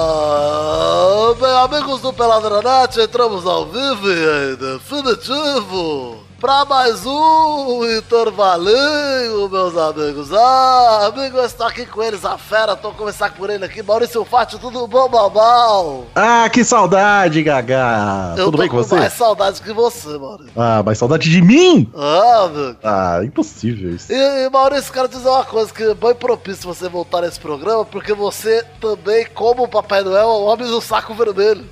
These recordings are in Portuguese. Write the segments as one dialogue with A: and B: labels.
A: Ah! Bem, amigos do Peladranet, entramos ao vivo e em definitivo para mais um intervalinho, meus amigos. Ah, amigo, eu estou aqui com eles, a fera, tô começando por ele aqui. Maurício Fátio, tudo bom, Babal?
B: Ah, que saudade, Gagá!
A: Eu
B: Tudo
A: tô
B: bem com
A: com
B: você?
A: mais saudade que você, Maurício.
B: Ah, mas saudade de mim?
A: Ah, amigo.
B: Ah, impossível isso.
A: E, e, Maurício, quero dizer uma coisa que é bem propício você voltar nesse programa, porque você também, como o Papai Noel, é o homem do saco vermelho.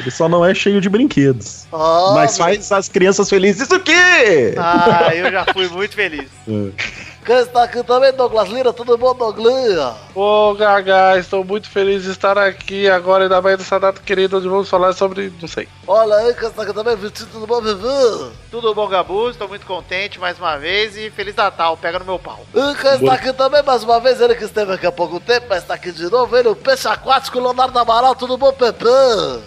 B: Ele só não é cheio de brinquedos.
A: Ah,
B: mas faz as crianças felizes. Isso o quê?
C: Ah, eu já fui muito feliz.
B: É.
A: Quem está aqui também, Douglas Lira? Tudo bom, Douglinha?
D: Ô Gaga, estou muito feliz de estar aqui agora, ainda mais nessa data querida onde vamos falar sobre. não sei.
A: Olha aí, quem está aqui também, Vitinho? Tudo bom, Vivi?
C: Tudo bom, Gabu? Estou muito contente mais uma vez e Feliz Natal, pega no meu pau.
A: E quem está
B: Boa.
A: aqui também, mais uma vez, ele que esteve aqui há pouco tempo, mas está aqui de novo, ele, o peixe aquático, Leonardo Amaral. Tudo bom, Pepe?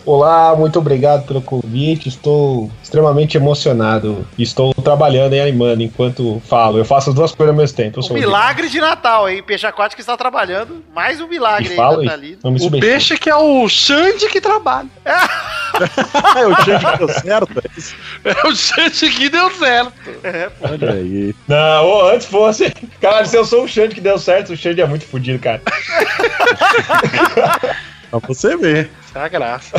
E: Olá, muito obrigado pelo convite. Estou extremamente emocionado. Estou trabalhando e animando enquanto falo. Eu faço as duas coisas ao mesmo tempo.
C: Um
E: Eu sou
C: milagre de Natal, hein? Peixe Aquático está trabalhando. Mais um
E: um
C: milagre
E: e
C: aí,
E: falo e
C: Natalino.
E: não me
D: O
E: subestime.
D: peixe que é o Xande que trabalha.
B: Ah, eu tinha que deu certo. é isso?
D: É o Xande que deu certo.
B: Olha aí.
E: Não, ô, antes fosse. Caralho, se eu sou o Xande que deu certo, o Xande é muito fodido, cara.
B: Pra você ver.
D: É a graça.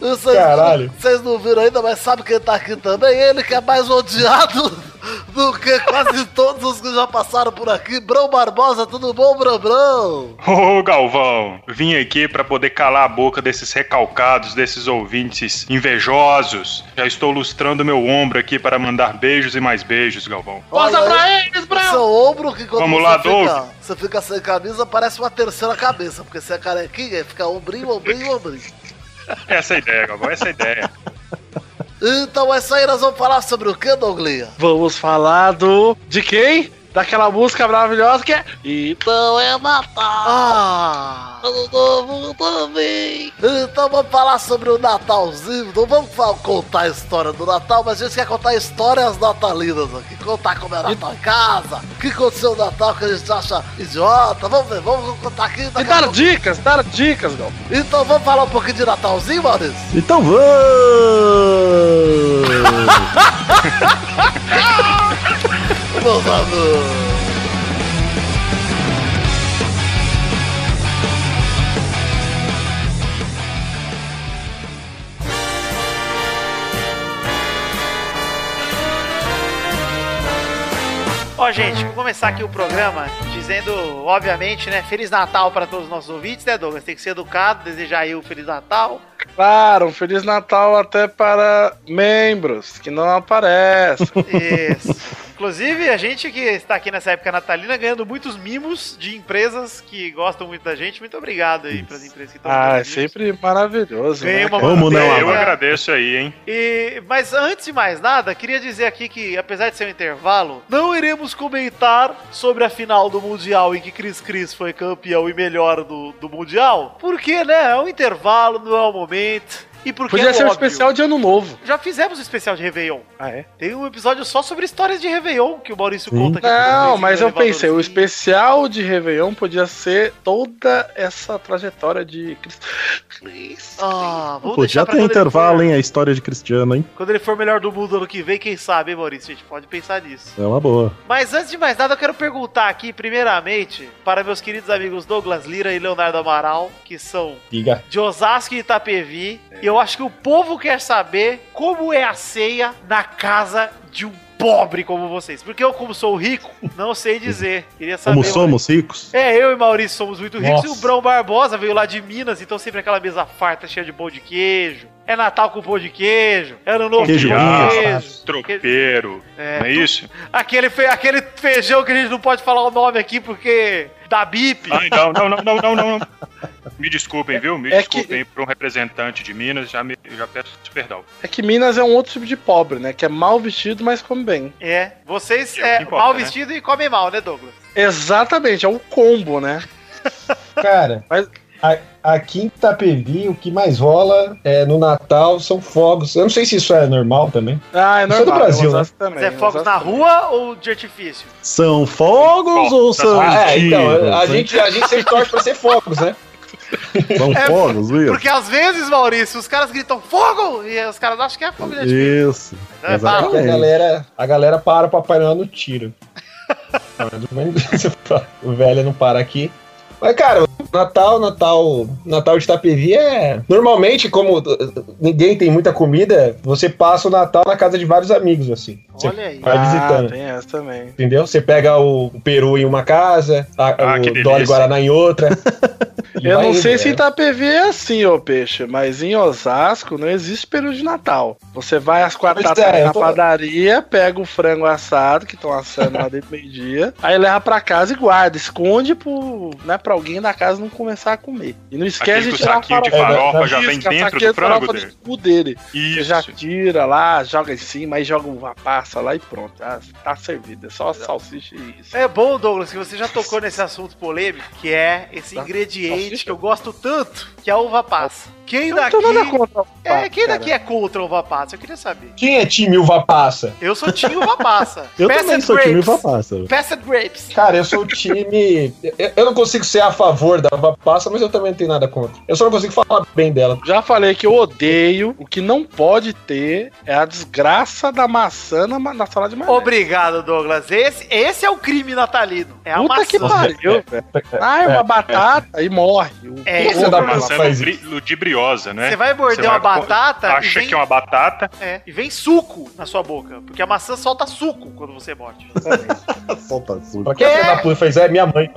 A: E vocês-
E: Caralho.
A: Vocês não viram ainda, mas sabe quem tá aqui também? Ele que é mais odiado do que quase todos os que já passaram por aqui. Brão Barbosa, tudo bom, Brão Brão?
F: Ô Galvão, vim aqui pra poder calar a boca desses recalcados, desses ouvintes invejosos. Já estou lustrando meu ombro aqui para mandar beijos e mais beijos, Galvão.
A: Olha
D: Posa
A: aí,
D: pra eles, Brau!
A: Seu ombro que quando
F: Vamos
A: você,
F: lá,
A: fica,
F: Doug.
A: você fica sem camisa, parece uma terceira cabeça, porque você é carequinha, fica ombrinho, ombrinho, ombrinho.
F: Essa é a ideia, Galvão, essa é a ideia.
A: Então é isso aí, nós vamos falar sobre o que, Douglinha?
D: Vamos falar do. de quem? Daquela música maravilhosa que é. Então é Natal!
A: Ah!
D: Ano novo também!
A: Então vamos falar sobre o Natalzinho. Não vamos fa- contar a história do Natal, mas a gente quer contar histórias natalinas aqui. Contar como é Natal em casa, o que aconteceu no Natal que a gente acha idiota. Vamos ver, vamos contar aqui.
D: E
A: daqui a
D: dar
A: pouco.
D: dicas, dar dicas, Galvão.
A: Então vamos falar um pouquinho de Natalzinho, Maurício?
B: Então vamos!
A: Meus amores.
C: Ó, gente, vou começar aqui o programa dizendo, obviamente, né? Feliz Natal pra todos os nossos ouvintes, né, Douglas? Tem que ser educado, desejar aí o Feliz Natal.
D: Claro, um Feliz Natal até para membros que não aparecem.
C: Isso. Inclusive, a gente que está aqui nessa época natalina ganhando muitos mimos de empresas que gostam muito da gente. Muito obrigado aí para as empresas que estão
D: Ah, é
C: dando mimos.
D: sempre maravilhoso.
C: Ganhei
D: né?
C: uma
B: Como não,
C: bandeira.
F: Eu agradeço aí, hein?
C: E, mas antes de mais nada, queria dizer aqui que, apesar de ser um intervalo, não iremos comentar sobre a final do Mundial em que Cris Cris foi campeão e melhor do, do Mundial, porque, né, é um intervalo, não é o momento, e porque
D: Podia
C: é
D: ser um
C: óbvio.
D: especial de ano novo.
C: Já fizemos um especial de Réveillon.
D: Ah, é?
C: Tem um episódio só sobre histórias de Réveillon que o Maurício
B: Sim.
C: conta aqui. pra
D: Não,
C: vocês,
D: mas
C: então,
D: eu pensei, o
C: elevadores.
D: especial de Réveillon podia ser toda essa trajetória de Cristo. Cristo.
C: Ah, vamos
B: Podia
C: deixar pra
B: ter
C: quando ele
B: intervalo,
C: for-
B: hein? A história de Cristiano, hein?
C: Quando ele for melhor do mundo ano que vem, quem sabe, hein, Maurício? A gente pode pensar nisso.
B: É uma boa.
C: Mas antes de mais nada, eu quero perguntar aqui, primeiramente, para meus queridos amigos Douglas Lira e Leonardo Amaral, que são
E: Diga.
C: de Osasco e Itapevi. E eu acho que o povo quer saber como é a ceia na casa de um pobre como vocês. Porque eu, como sou rico, não sei dizer. Queria saber.
B: Como somos ricos?
C: É, eu e Maurício somos muito ricos.
E: Nossa.
C: E o Brão Barbosa veio lá de Minas, então sempre aquela mesa farta, cheia de pão de queijo. É Natal com pão de queijo. É ano novo
B: Queijo
C: com pão de
F: Minas.
C: queijo.
F: Tropeiro, não é isso?
C: Aquele, fe- aquele feijão que a gente não pode falar o nome aqui porque dá bip.
F: Ai, Ah, então, não, não, não, não, não, não. não. Me desculpem, viu? Me
D: É que-
F: desculpem por um representante de Minas, já, me, já peço perdão.
D: É que Minas é um outro tipo de pobre, né? Que é mal vestido, mas come bem.
C: É, vocês
F: É o que
C: é,
F: importa,
C: mal
F: né?
C: vestidos e comem mal, né, Douglas?
D: Exatamente, é um combo, né?
E: Cara,
D: Mas,
E: A, aqui em Itapevi, o que mais rola é, no Natal são fogos. Eu não sei se isso é normal também.
D: Ah, é
E: Isso é
D: normal.
E: do Brasil,
D: em Osasco
C: Mas
D: também,
C: é
D: em
C: fogos
D: Osasco
C: na
D: também.
C: rua ou de artifício?
B: São fogos
F: Bom,
B: ou
F: tá
B: são.
F: bom.
E: É, então, a
B: hein?
E: gente, a gente sempre torce pra ser fogos, né?
B: São
C: É,
B: fogos, viu?
C: Porque às vezes, Maurício, os caras gritam fogo e os caras acham que é fogo de artifício.
B: Isso.
C: É,
E: Porque Ah, a
B: Exatamente.
E: galera, a galera para o Papai Noel no tiro. Mais ou menos isso, pra- o velho não para aqui. Mas, cara, o Natal, Natal, Natal de Itapevi é. Normalmente, como uh, ninguém tem muita comida, você passa o Natal na casa de vários amigos, assim. Você
C: Olha aí.
E: vai
D: Ah,
E: visitando.
D: tem essa também.
E: Entendeu? Você pega o peru em uma casa, a,
F: Ah, que
E: o
F: delícia.
E: Dória Guaraná em outra. E
D: Eu
E: vai
D: não
E: indo,
D: sei se
E: é.
D: em Itapevi é assim, ô peixe, mas em Osasco não existe peru de Natal. Você vai às quatro da
E: Pois é,
D: tarde
E: eu
D: na
E: tô-
D: padaria, pega o frango assado, que estão assando lá dentro do meio-dia, aí leva pra casa e guarda, esconde pro, né, pra alguém da casa não começar a comer. E não esquece
F: Aquele
D: de
F: com
D: tirar a
F: saquinho de
E: farofa.
F: farofa já
D: Isso,
F: vem
D: que a
F: dentro
D: saquinha
F: do
D: de farofa
F: frango
D: do
F: dele.
D: cu dele. Você
F: Isso.
D: já tira lá, joga em cima, aí joga uma passa lá e pronto. Ah, tá servido. É só salsicha e isso.
C: É bom, Douglas, que você já tocou nesse assunto polêmico, que é esse
D: Tá.
C: ingrediente
D: Salsicha?
C: que eu gosto tanto, que é a uva passa. Quem
D: Eu não tô nada
C: daqui.
D: contra. o
C: É,
D: pato,
C: quem
D: cara.
C: daqui é contra a uva passa? Eu queria saber.
E: Quem é time uva passa?
C: Eu sou time uva passa.
B: Eu
C: Pass
B: também
C: and
B: sou time
C: grapes.
B: papássaro.
C: Pass and grapes.
E: Cara, eu sou o time. eu- Eu não consigo ser a favor da uva passa, mas eu também não tenho nada contra. Eu só não consigo falar bem dela.
D: Já falei que eu odeio. O que não pode ter é a desgraça da maçã na, ma- na sala de maionese.
C: Obrigado, Douglas. Esse, esse é o crime natalino. É a
D: Puta
C: maçã.
D: que pariu, velho. Ah, é uma batata e morre. O-
C: É,
D: o-
C: isso
D: o-
E: dá
F: A
E: pra
D: da
F: maçã
D: maçã.
E: faz
F: ludri- Tá ludibriosa, né?
C: Você vai tá morder
F: Você
C: uma
F: vai-
C: batata e
F: Acha
C: vem,
F: que é uma batata.
C: é, e vem suco na sua boca. Porque a maçã solta suco quando você morde.
B: Solta suco.
E: Pra quem é filho da puta, fez, é minha mãe.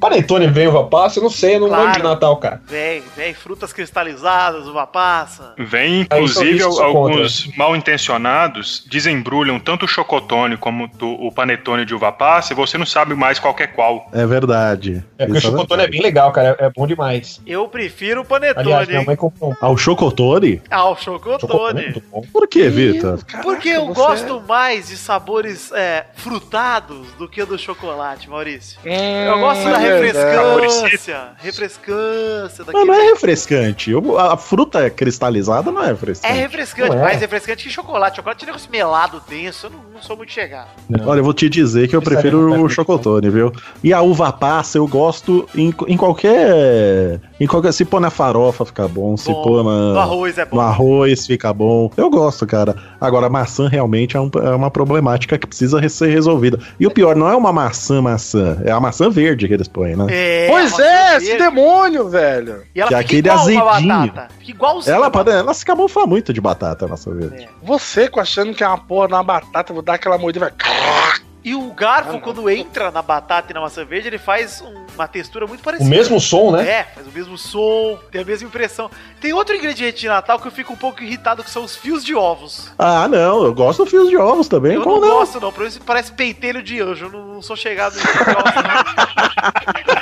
E: Panetone vem uva passa, eu não sei, eu não
C: Claro.
E: lembro de Natal, cara.
C: Vem, vem, frutas cristalizadas, uva passa.
F: Vem,
E: Aí, então,
F: inclusive,
E: isso
F: al-
E: conta.
F: alguns mal intencionados desembrulham tanto o chocotone como do- o panetone de uva passa e você não sabe mais qual que é qual.
B: É verdade.
E: É porque o
B: Isso
E: chocotone é
B: verdade.
E: bem legal, cara, é é bom demais.
C: Eu prefiro o panetone.
E: Aliás, minha
C: hein?
E: mãe comprou um
B: Ah, o chocotone?
C: Ah, o chocotone.
E: chocotone muito bom.
B: Por que, Vitor?
C: Porque eu
D: é Caraca, você- é
C: gosto mais de sabores é, frutados do que do chocolate, Maurício. Eu
D: Hum,
C: gosto da
D: é verdade.
C: refrescância. Refrescância
B: Mas
C: daquele.
B: não é refrescante. Eu- A a fruta cristalizada não é
C: É
B: refrescante.
C: refrescante,
E: Não é.
C: mais refrescante que chocolate. Chocolate é um negócio melado, denso. Eu não, não sou muito chegado.
B: Olha, eu vou te dizer que eu
E: Isso é
B: prefiro o
E: refrescante.
B: chocotone, viu? E a uva passa eu gosto em, em qualquer. Em qualquer. Se pôr na farofa fica bom, se
C: Bom,
B: pôr
C: No
B: na.
C: arroz é bom.
B: No arroz fica bom. Eu gosto, cara. Agora, maçã realmente é, um- é uma problemática que precisa re- ser resolvida. E o pior, não é uma maçã maçã, é a maçã verde que eles põem, né?
C: É,
D: Pois
C: arroz
D: é,
C: verde.
D: esse demônio, velho.
C: E ela
B: que
C: fica
B: aquele
C: igual uma
B: azedinho.
C: batata. Fica igualzinho.
B: Ela, ela se camufla muito de batata, a maçã
C: É.
B: verde.
D: Você co- achando que é uma porra na batata, eu vou dar aquela mordida e vai.
C: E o garfo,
D: Ah, não.
C: quando entra na batata e na maçã verde, ele faz um- uma textura muito
E: O
C: parecida.
E: mesmo som, né?
C: É, faz o mesmo som, tem a mesma impressão. Tem outro ingrediente de Natal que eu fico um pouco irritado, que são os fios de ovos.
B: Ah, não, eu gosto do fios de ovos também.
C: Eu
B: como
C: não,
B: não?
C: gosto, não. Pra mim isso parece pentelho de anjo. Eu não, não sou chegado em fios de ovos, não.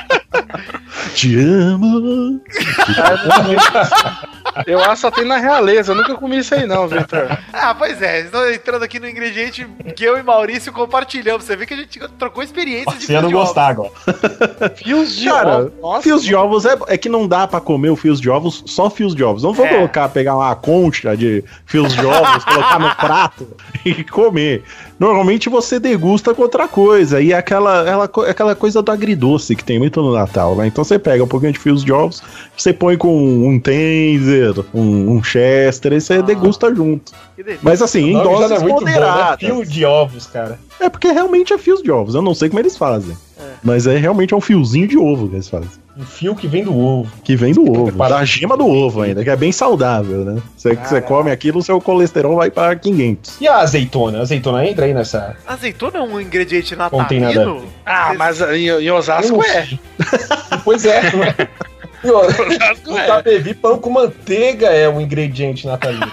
B: Te amo.
D: Eu acho que só tem na realeza. Eu nunca comi isso aí, não, Victor.
C: Ah, pois é. Estou entrando aqui no ingrediente que eu e Maurício compartilhamos. Você vê que a gente trocou experiências de
E: Você ia não gostar agora.
D: Fios de
B: Cara,
D: ovo. Nossa,
B: Fios de ovos é, é que não dá pra comer o fios de ovos, só fios de ovos. Não vou
C: É.
B: colocar, pegar uma concha de fios de ovos, colocar no prato e comer. Normalmente você degusta com outra coisa. E é aquela, ela, co- aquela coisa do agridoce que tem muito no Natal, né? Então você pega um pouquinho de fios de ovos, você põe com um tenzer, um, um chester, e você
C: Ah.
B: degusta junto.
C: Que delícia.
B: Mas assim, em
E: O nome já não
B: doses
E: é muito bom, né?
B: moderadas.
E: Fio de ovos, cara.
B: É porque realmente é fios de ovos. Eu não sei como eles fazem. Mas é realmente é um fiozinho de ovo que eles fazem.
E: Um fio que vem do ovo.
B: Que vem do ovo.
E: Preparado.
B: Da gema do ovo ainda, que é bem saudável, né? Você, você come aquilo, seu colesterol vai pra 500.
E: E a azeitona? A azeitona entra aí nessa.
C: Azeitona é um ingrediente
E: Não tem nada a
C: natalino?
D: Ah, mas em, em
E: Eu
D: Osasco
E: não
D: é.
E: Pois é. não é? E olha,
D: Osasco
E: No
D: é.
E: Tapevi, pão com manteiga é um ingrediente natalino.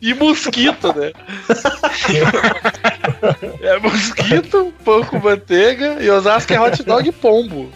D: E mosquito, né? É mosquito, pão com manteiga e Osasco é hot dog e pombo.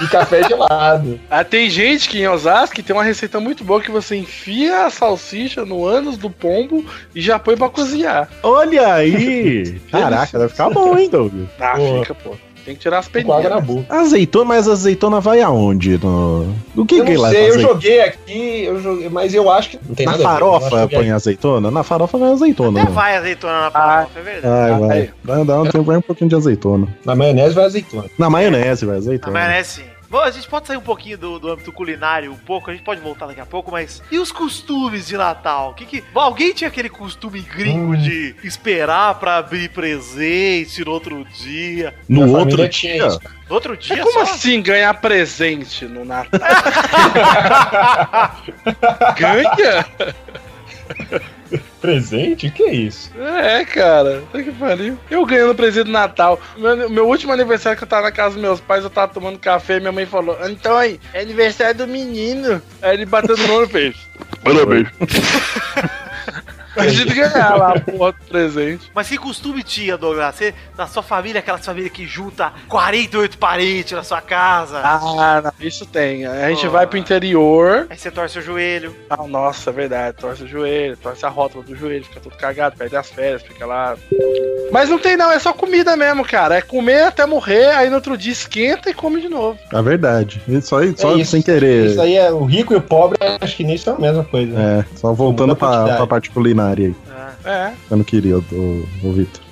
E: E café gelado.
D: Ah, tem gente que em Osasco tem uma receita muito boa que você enfia a salsicha no ânus do pombo e já põe pra cozinhar.
B: Olha aí! Caraca, vai ficar bom, hein, Doug?
D: Ah,
E: Boa.
D: fica, pô. Tem que tirar as
E: Com água
D: peninhas.
E: na boca.
B: Azeitona, mas azeitona vai aonde? No... Do que
E: Eu
B: que
E: não
B: lá é
E: sei, eu joguei aqui, eu joguei, mas eu acho que não tem
B: Na
E: nada a ver, eu
B: farofa
E: acho que
B: põe azeitona? Na farofa vai azeitona.
C: Até
B: não.
C: vai azeitona na
E: Ah,
C: farofa, é verdade.
B: Ai,
E: Aí.
B: vai. Dá, dá um tempo, vai um pouquinho de azeitona.
E: é Na maionese vai azeitona.
B: Na maionese, vai
E: ah,
C: Na
B: azeitona.
C: maionese, sim. é Bom, a gente pode sair um pouquinho do, do âmbito culinário, um pouco, a gente pode voltar daqui a pouco, mas. E os costumes de Natal? Que que... Bom, alguém tinha aquele costume gringo
E: Hum.
C: de esperar pra abrir presente no outro dia?
B: No
E: Minha
B: outro dia.
E: família tinha isso, cara.
C: No outro dia,
D: É como
C: só?
D: assim ganhar presente no Natal? Ganha?
E: Presente? O que é isso?
D: É, cara. Tá que pariu. Eu ganhando presente do Natal. Meu, meu último aniversário que eu tava na casa dos meus pais, eu tava tomando café e minha mãe falou: Antônio, é aniversário do menino. Aí ele bateu no olho e fez.
F: Parabéns.
D: A gente ganhar lá a porra do presente.
C: Mas que costume tinha, Douglas? Você, na sua família, aquela família que junta 48 parentes na sua casa.
D: Ah, não, isso tem. A gente
C: Ah.
D: vai pro interior.
C: Aí você torce o joelho.
D: Ah, nossa, é verdade. Torce o joelho, torce a rótula do joelho, fica todo cagado, perde as férias, fica lá. Mas não tem, não. É só comida mesmo, cara. É comer até morrer, aí no outro dia esquenta e come de novo.
B: É verdade. Ele Só, só
E: isso,
B: sem querer.
E: Isso aí é o rico e o pobre, acho que nisso é a mesma coisa.
B: É, só voltando
E: Muda a
B: pra,
E: quantidade.
B: pra parte culinária aí.
C: Ah,
D: É.
B: Eu não queria, o, o, o Vitor.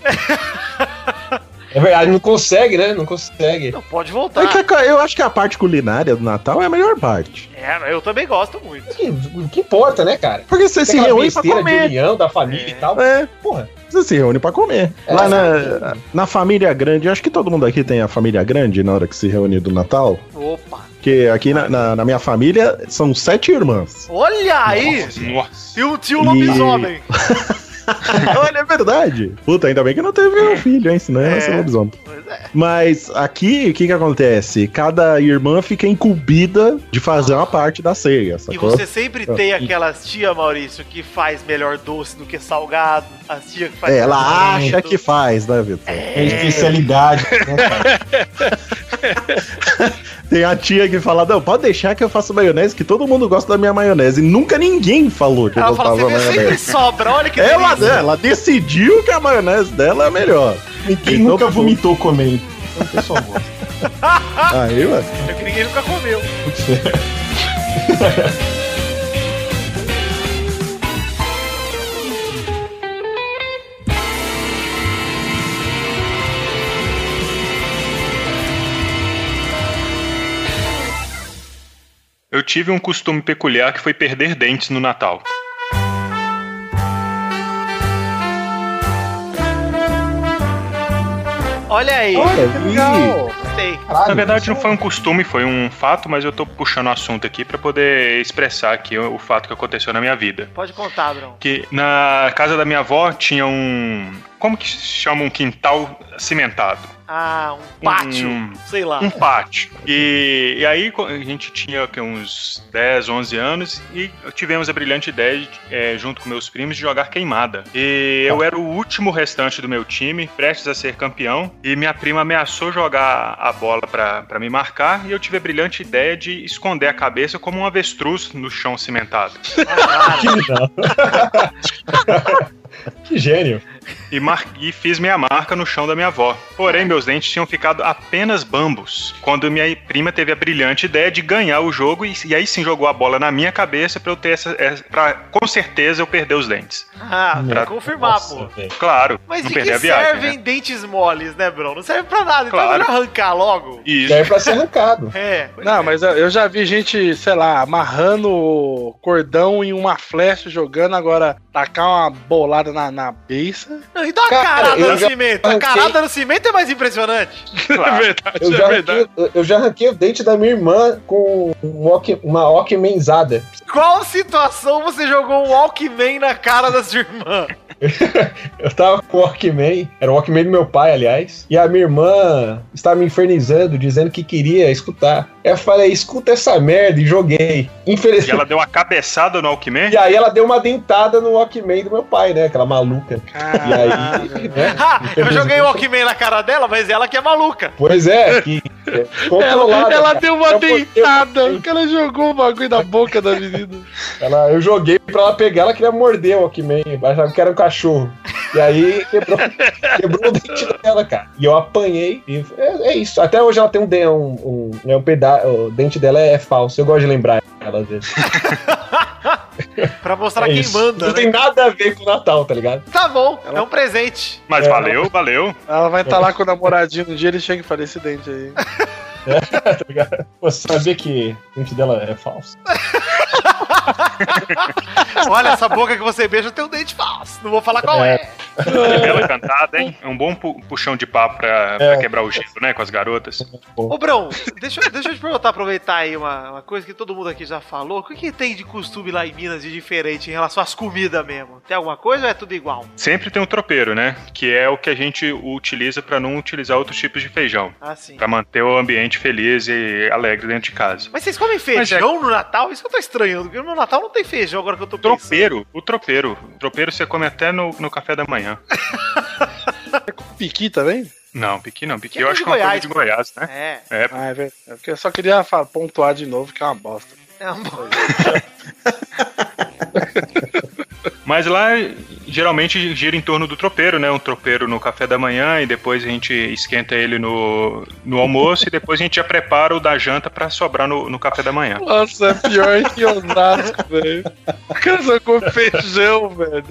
E: É verdade, não consegue, né? Não consegue.
C: não, pode
E: Tá.
C: voltar.
B: É que a- eu acho que a parte culinária do Natal é a melhor parte.
C: É, eu também gosto muito.
E: O que, o que importa, né, cara?
B: Porque você se
E: Aquela
B: reúne pra
E: besteira de
B: comer.
E: união da família e tal.
B: É,
E: Porra,
B: você se reúne pra comer.
E: É,
B: Lá
E: sim.
B: na, na família grande, acho que todo mundo aqui tem a família grande na hora que se reúne do Natal.
C: Opa.
B: Porque aqui na, na- na minha família são sete irmãs.
C: Olha aí!
F: Nossa.
C: E o tio lobisomem.
B: Olha, é verdade. Puta, ainda bem que não teve um filho, hein? Senão ia ser
C: É.
B: lobisomem.
C: Pois é.
B: Mas aqui, o que que acontece? Cada irmã fica incumbida de fazer uma parte da ceia,
C: E
B: sacou?
C: você sempre tem aquelas tia, Maurício, que faz melhor doce do que salgado. As tia que faz
B: É, ela
C: salgado.
B: acha que faz, né, Vitor?
E: é especialidade, né, cara?
B: Tem a tia que fala, não, pode deixar que eu faço maionese, que todo mundo gosta da minha maionese. E nunca ninguém falou que eu
C: Ela
B: gostava da
C: fala, você vê, sempre
B: maionese.
C: sobra, olha que
B: É Ela,
C: delícia."
B: ela decidiu que a maionese dela é a melhor.
E: Ninguém
B: Então,
E: nunca
B: tudo.
E: vomitou comendo. Então, o pessoal gosta.
B: Aí, ué.
C: É que ninguém nunca comeu.
F: Eu tive um costume peculiar que foi perder dentes no Natal.
C: Olha aí.
B: Olha,
D: que legal.
C: Gostei.
F: Na verdade, não foi um costume, foi um fato, mas eu tô puxando o assunto aqui pra poder expressar aqui o o fato que aconteceu na minha vida.
C: Pode contar, Bruno.
F: Que na casa da minha avó tinha um. Como que se chama um quintal cimentado?
C: Ah, um pátio.
F: Um-
C: Sei lá.
F: um pátio. E, e aí co- a gente tinha que, uns 10, 11 anos e tivemos a brilhante ideia, de, eh, junto com meus primos, de jogar queimada. E eu era o último restante do meu time, prestes a ser campeão, e minha prima ameaçou jogar a bola pra pra me marcar e eu tive a brilhante ideia de esconder a cabeça como um avestruz no chão cimentado.
E: Que gênio.
F: E, mar- e fiz minha marca no chão da minha avó. Porém, meus dentes tinham ficado apenas bambos. Quando minha prima teve a brilhante ideia de ganhar o jogo e, e aí sim jogou a bola na minha cabeça pra eu ter essa, essa pra, com certeza eu perder os dentes.
C: Ah, pra
F: Pra-
C: confirmar, pô.
E: velho.
F: Claro,
C: Mas
F: não
C: de que
F: perder a
C: servem
F: viagem. Né?
C: dentes moles, né, Bruno? Não serve pra nada. Então é
F: Claro.
C: melhor arrancar logo.
F: E isso
E: Serve pra ser arrancado.
C: É.
D: Não, mas eu- eu já vi gente, sei lá, amarrando cordão em uma flecha jogando, agora tacar uma bolada na, na beça.
C: Não, e dá uma
E: Cara,
C: carada
E: eu
C: no
E: já
C: cimento. A
E: arranquei.
C: carada no cimento é mais impressionante.
D: É
F: claro.
D: verdade,
E: Eu já, arranquei, eu- eu já arranquei o dente da minha irmã com um walk- uma Walkmanzada.
C: Qual situação você jogou um Walkman na cara da sua irmã?
E: Eu tava com o Walkman, era o Walkman do meu pai, aliás, e a minha irmã estava me infernizando, dizendo que queria escutar. Eu falei, escuta essa merda e joguei.
F: E
E: Infelizmente.
F: ela deu uma cabeçada no Alckmin.
E: E aí ela deu uma dentada no Walkman do meu pai, né? Aquela maluca. E aí, né?
C: Ah, eu joguei o Walkman na cara dela, mas ela que é maluca.
E: Pois é, que é,
D: Ela,
E: controlada,
D: ela
E: cara.
D: deu uma
E: Eu um botei-
D: deitada. O cara jogou o bagulho na boca da menina.
E: Ela, eu joguei pra ela pegar, ela queria morder o Walkman, achava que era um cachorro. E aí quebrou, quebrou o dente dela, cara. E eu apanhei. E é, é isso. Até hoje ela tem um, de- um, um, né, um peda o dente dela é, falso. Eu gosto de lembrar ela às vezes.
C: Pra mostrar
E: É
C: quem
E: isso.
C: manda,
E: Não
C: né?
E: tem nada a ver com o Natal, tá ligado?
C: Tá bom, é um presente.
F: Mas
E: É.
F: valeu, valeu.
D: Ela vai estar lá com o namoradinho um dia, ele chega e fala esse dente aí.
E: Tá ligado? Você sabia que o dente dela é falso?
C: Olha, essa boca que você beija tem um dente falso. Não vou falar qual é.
F: Que bela cantada, hein? É um bom pu- puxão de papo pra, pra
E: É.
F: quebrar o gelo, né? Com as garotas.
C: Ô, Brão, deixa, eu- deixa eu te perguntar, aproveitar aí uma, uma coisa que todo mundo aqui já falou. O que, que tem de costume lá em Minas de diferente em relação às comidas mesmo? Tem alguma coisa ou é tudo igual?
F: Sempre tem um tropeiro, né? Que é o que a gente utiliza pra não utilizar outros tipos de feijão.
C: Assim.
F: Pra manter o ambiente feliz e alegre dentro de casa.
C: Mas vocês comem feijão no Natal? Isso que eu tô estranhando, porque no Natal não tem feijão agora que eu tô pensando.
F: Tropeiro, o tropeiro. O tropeiro você come até no, no café da manhã.
D: Piqui também?
F: Não, piqui não. Piqui
C: Que é
F: eu acho
C: de
F: que é uma coisa
C: Goiás,
F: de
C: pô.
F: Goiás, né?
C: É,
F: É,
D: Ah, é verdade. Porque eu só queria fa- pontuar de novo que é uma bosta.
C: é um bom.
F: né? Mas lá geralmente gira em torno do tropeiro, né? Um tropeiro no café da manhã e depois a gente esquenta ele no, no almoço e depois a gente já prepara o da janta pra sobrar no, no café da manhã.
D: Nossa, é pior que Osasco, velho. O cara só come feijão, velho.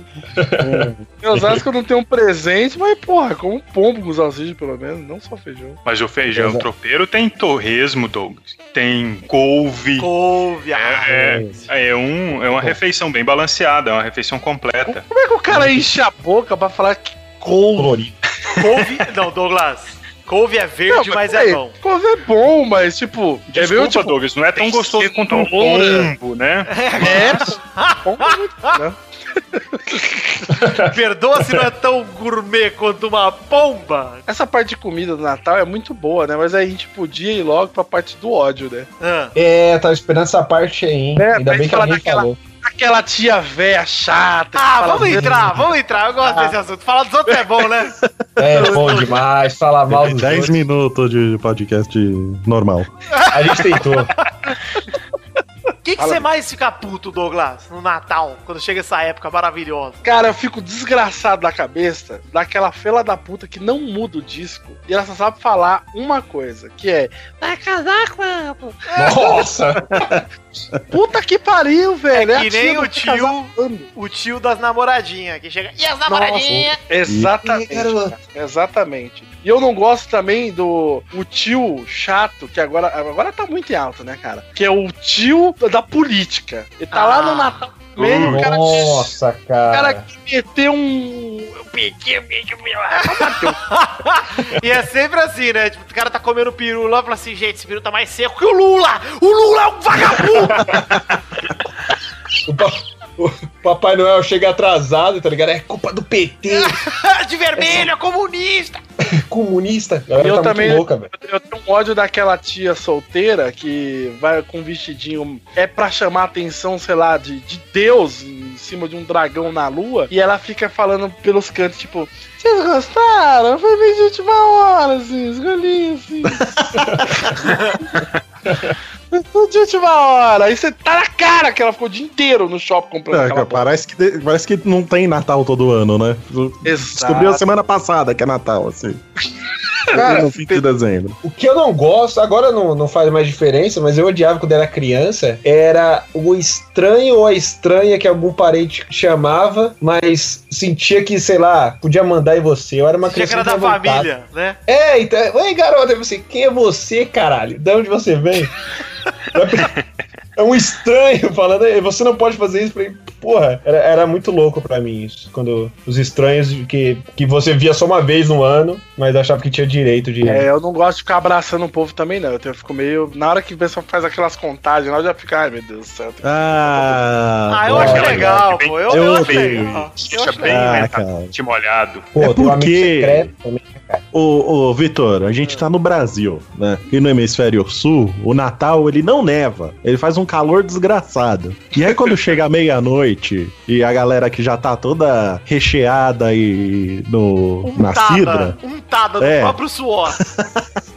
D: Em Osasco não tem um presente, mas porra, como um pombo com salsicha, pelo menos, não só feijão.
F: Mas o feijão
E: Exato.
F: tropeiro tem torresmo, Douglas. Tem couve.
C: Couve, ah.
F: É, é, é um, é uma refeição bem balanceada, é uma refeição completa.
D: Como é que o cara enche a boca pra falar que couve?
E: Colorido.
C: Couve. Não, Douglas. Couve é verde, mas é
D: peraí,
C: bom.
D: Couve é bom, mas tipo. é
F: Desculpa,
D: meio, tipo,
F: Douglas, não é tão
D: tem
F: gostoso quanto um
D: cenoura.
F: pombo, né?
D: É, pô, pombo é muito bom, né?
C: Perdoa se não é tão gourmet quanto uma pomba.
D: Essa parte de comida do Natal é muito boa, né? Mas aí a gente podia ir logo pra parte do ódio, né?
C: Ah,
E: É, tava esperando essa parte aí, hein?
D: É, pra
E: Ainda bem
D: gente
E: que
D: falar
E: alguém
D: daquela-
E: falou.
D: Aquela tia véia chata. que
C: Ah,
D: fala
C: vamos
D: merda.
C: entrar, vamos entrar. Eu gosto desse assunto. Falar dos outros é bom, né?
E: É, bom demais, falar mal dos
B: 10
E: outros.
B: minutos de podcast normal.
E: A gente tentou.
C: O que que você mais fica puto, Douglas, no Natal, quando chega essa época maravilhosa?
D: Cara, eu fico desgraçado da cabeça daquela fela da puta que não muda o disco e ela só sabe falar uma coisa, que é Vai casar com a...
E: Nossa!
D: Puta que pariu, velho!
C: É
D: a
C: que
D: tia
C: nem
D: do
C: o
D: vai casar
C: tio,
D: quando?
C: o tio das namoradinhas, que chega. E as namoradinhas?
D: Exatamente.
E: Ih, garoto.
D: cara, Exatamente. E eu não gosto também do o tio chato, que agora, agora tá muito em alta, né, cara? Que é o tio da política. Ele tá lá
C: Ah.
D: no Natal mesmo, o cara.
E: Nossa,
D: O
E: cara.
D: cara que meteu um.
C: E é sempre assim, né? Tipo, o cara tá comendo peru lá e fala assim, gente, esse peru tá mais seco que o Lula! O Lula é um vagabundo!
E: O, pa- o Papai Noel chega atrasado, tá ligado? É culpa do PT,
C: De vermelho, é comunista!
E: comunista. A galera
D: Eu
E: tá
D: também-
E: muito louca, velho.
D: Eu tenho um ódio daquela tia solteira que vai com um vestidinho. É pra chamar a atenção, sei lá, de, de Deus em cima de um dragão na lua. E ela fica falando pelos cantos, tipo, vocês gostaram? Foi meio de última hora, assim, escolhi assim. Foi De última hora, aí você tá na cara que ela ficou o dia inteiro no shopping comprando
B: É,
D: aquela
B: cara,
D: bola.
B: parece, que de- parece que não tem Natal todo ano, né? Descobriu a semana passada que é Natal, assim.
E: Cara,
B: no fim de dezembro.
E: O que eu não gosto, agora não, não faz mais diferença, mas eu odiava quando era criança, era o estranho ou a estranha que algum parente chamava, mas sentia que, sei lá, podia mandar em você. Eu era uma
C: Tinha
E: criança.
C: que era da
E: muito revoltada.
C: família, né?
E: É, então. Ei, garota, você, quem é você, caralho? De onde você vem? É um estranho falando, "Ei, você não pode fazer isso pra mim. porra, era, era muito louco pra mim isso. Quando os estranhos que, que você via só uma vez no ano, mas achava que tinha direito de.
D: É, eu não gosto de ficar abraçando o povo também, não. Eu tenho- eu fico meio. Na hora que o pessoal faz aquelas contagens, lá eu já fico, ai meu Deus do céu.
B: Ah,
C: Ah, eu
E: bom.
C: acho
F: Aquela
C: legal,
F: que
C: pô.
F: vem-
C: Eu,
B: Eu
C: eu acho
B: odeio
C: legal. Eu
F: né? Deixa
C: acho
F: bem
C: legal.
B: Ah,
F: lentamente molhado.
E: Pô,
B: É
E: tem um amigo
B: porque-
E: secreto também.
B: Ô, ô Vitor, a gente tá no Brasil, né? E no hemisfério sul, o Natal ele não neva, ele faz um calor desgraçado. E aí quando chega meia-noite e a galera que já tá toda recheada e no na cidra,
C: Untada, untada do
B: É.
C: próprio suor.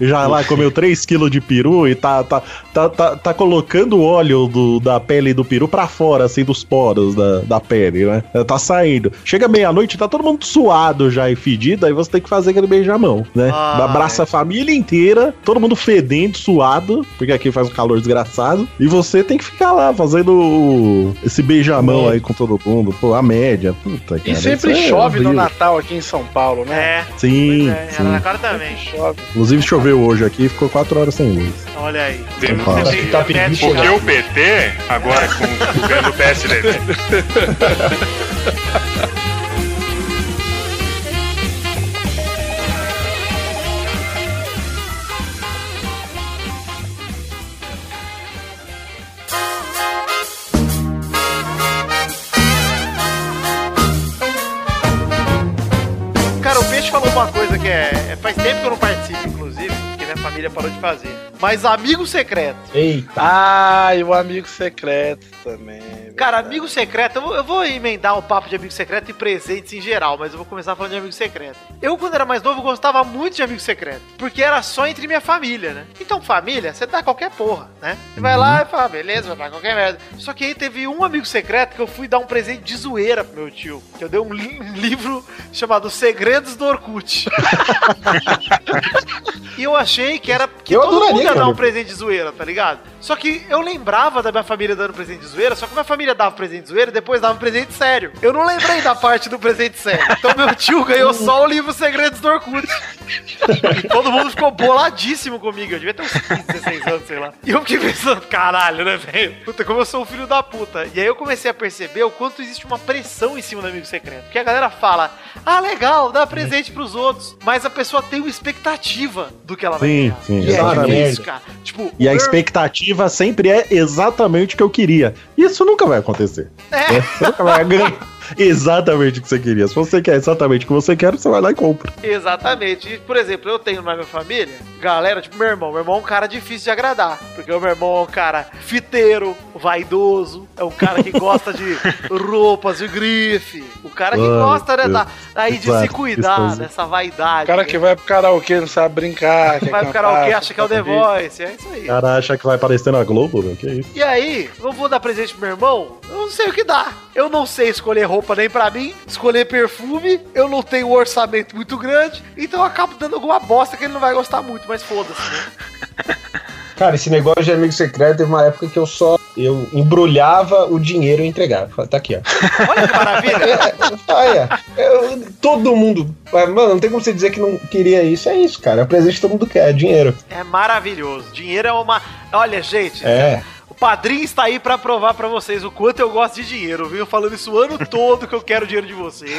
B: já lá comeu 3 kg de peru e tá tá, tá, tá, tá colocando o óleo do, da pele do peru pra fora, assim, dos poros da, da pele, né? Tá saindo. Chega meia-noite, tá todo mundo suado já e fedido, aí você tem que fazer aquele beijamão, né?
C: Ai.
D: Ah,
B: Abraça a família inteira, todo mundo fedendo, suado, porque aqui faz um calor desgraçado, e você tem que ficar lá fazendo o- esse beijamão aí com todo mundo, pô, a média, puta, cara.
D: E sempre
B: isso é
D: chove no
B: horrível.
D: Natal aqui em São Paulo, né?
C: É,
B: Sim,
C: é,
B: sim.
C: Araraquara também.
D: Chove.
B: Inclusive choveu hoje aqui e ficou 4 horas sem luz.
C: Olha aí.
F: Vem
B: Opa.
C: Você vê,
E: Tá
C: mete
E: pedindo
C: o
F: Porque o PT, agora com o governo do PSDB,
C: Cara, o Peixe falou uma coisa que é, é- Faz tempo que eu não participo, inclusive, porque minha família parou de fazer. Mas amigo secreto.
E: Eita.
D: Ah, e o amigo secreto também.
C: Cara,
D: verdade.
C: amigo secreto, eu vou, eu vou emendar um papo de amigo secreto e presentes em geral, mas eu vou começar falando de amigo secreto. Eu, quando era mais novo, gostava muito de amigo secreto, porque era só entre minha família, né? Então, família, você dá qualquer porra, né? Você vai lá e fala, beleza, vai pra qualquer merda. Só que aí teve um amigo secreto que eu fui dar um presente de zoeira pro meu tio, que eu dei um, li- um livro chamado Segredos do Orkut. e eu achei que era que
E: Eu
C: todo
E: adoraria,
C: mundo ia dar
E: cara.
C: um presente de zoeira, tá ligado? Só que eu lembrava da minha família dando presente de zoeira, só que minha família dava presente de zoeira e depois dava um presente sério. Eu não lembrei da parte do presente sério. Então meu tio ganhou só o livro Segredos do Orkut. E todo mundo ficou boladíssimo comigo. Eu devia ter uns 15, 16 anos, sei lá. E eu fiquei pensando, caralho, né, velho? Puta, como eu sou um filho da puta. E aí eu comecei a perceber o quanto existe uma pressão em cima do amigo secreto. Porque a galera fala, ah, legal, dá presente pros outros. Mas a pessoa tem uma expectativa do que ela vai
B: Sim,
C: ganhar.
B: sim,
E: E
C: E é
B: exatamente.
C: difícil, cara. Tipo,
B: E a
C: meu-
B: expectativa sempre é exatamente o que eu queria. Isso nunca vai acontecer. né?
C: É,
B: Você nunca vai ganhar exatamente o que você queria. Se você quer exatamente o que você quer, você vai lá e compra.
C: exatamente. E, por exemplo, eu tenho na minha família, galera, tipo, meu irmão. Meu irmão é um cara difícil de agradar. Porque o meu irmão é um cara fiteiro, vaidoso, é um cara que gosta de roupas de grife. O cara que
B: Ah,
C: gosta, né,
B: meu
C: da, aí de se
B: Exato,
C: cuidar,
B: gostoso.
C: dessa vaidade.
D: O cara
C: né?
D: que vai pro karaokê não sabe brincar. quer
C: vai pro karaokê
D: cantar,
C: acha que é o The
D: sabe
C: Voice. É isso aí.
B: O cara acha que vai aparecer na Globo, meu. Que isso?
C: E aí, eu vou dar presente pro meu irmão? Eu não sei o que dá. Eu não sei escolher roupa nem pra mim, escolher perfume, eu não tenho um orçamento muito grande, então eu acabo dando alguma bosta que ele não vai gostar muito, mas foda-se, né?
E: Cara, esse negócio de amigo secreto teve uma época que eu só eu embrulhava o dinheiro e entregava. Falava, Tá aqui, ó.
C: Olha que maravilha.
E: Ah, é. Eu- todo mundo. ah, Mano, não tem como você dizer que não queria isso. É isso, cara. É o presente que todo mundo quer, é dinheiro.
C: É maravilhoso. Dinheiro é uma. Olha, gente,
E: É.
C: o padrinho está aí pra provar pra vocês o quanto eu gosto de dinheiro, viu? Falando isso o ano todo que eu quero dinheiro de vocês.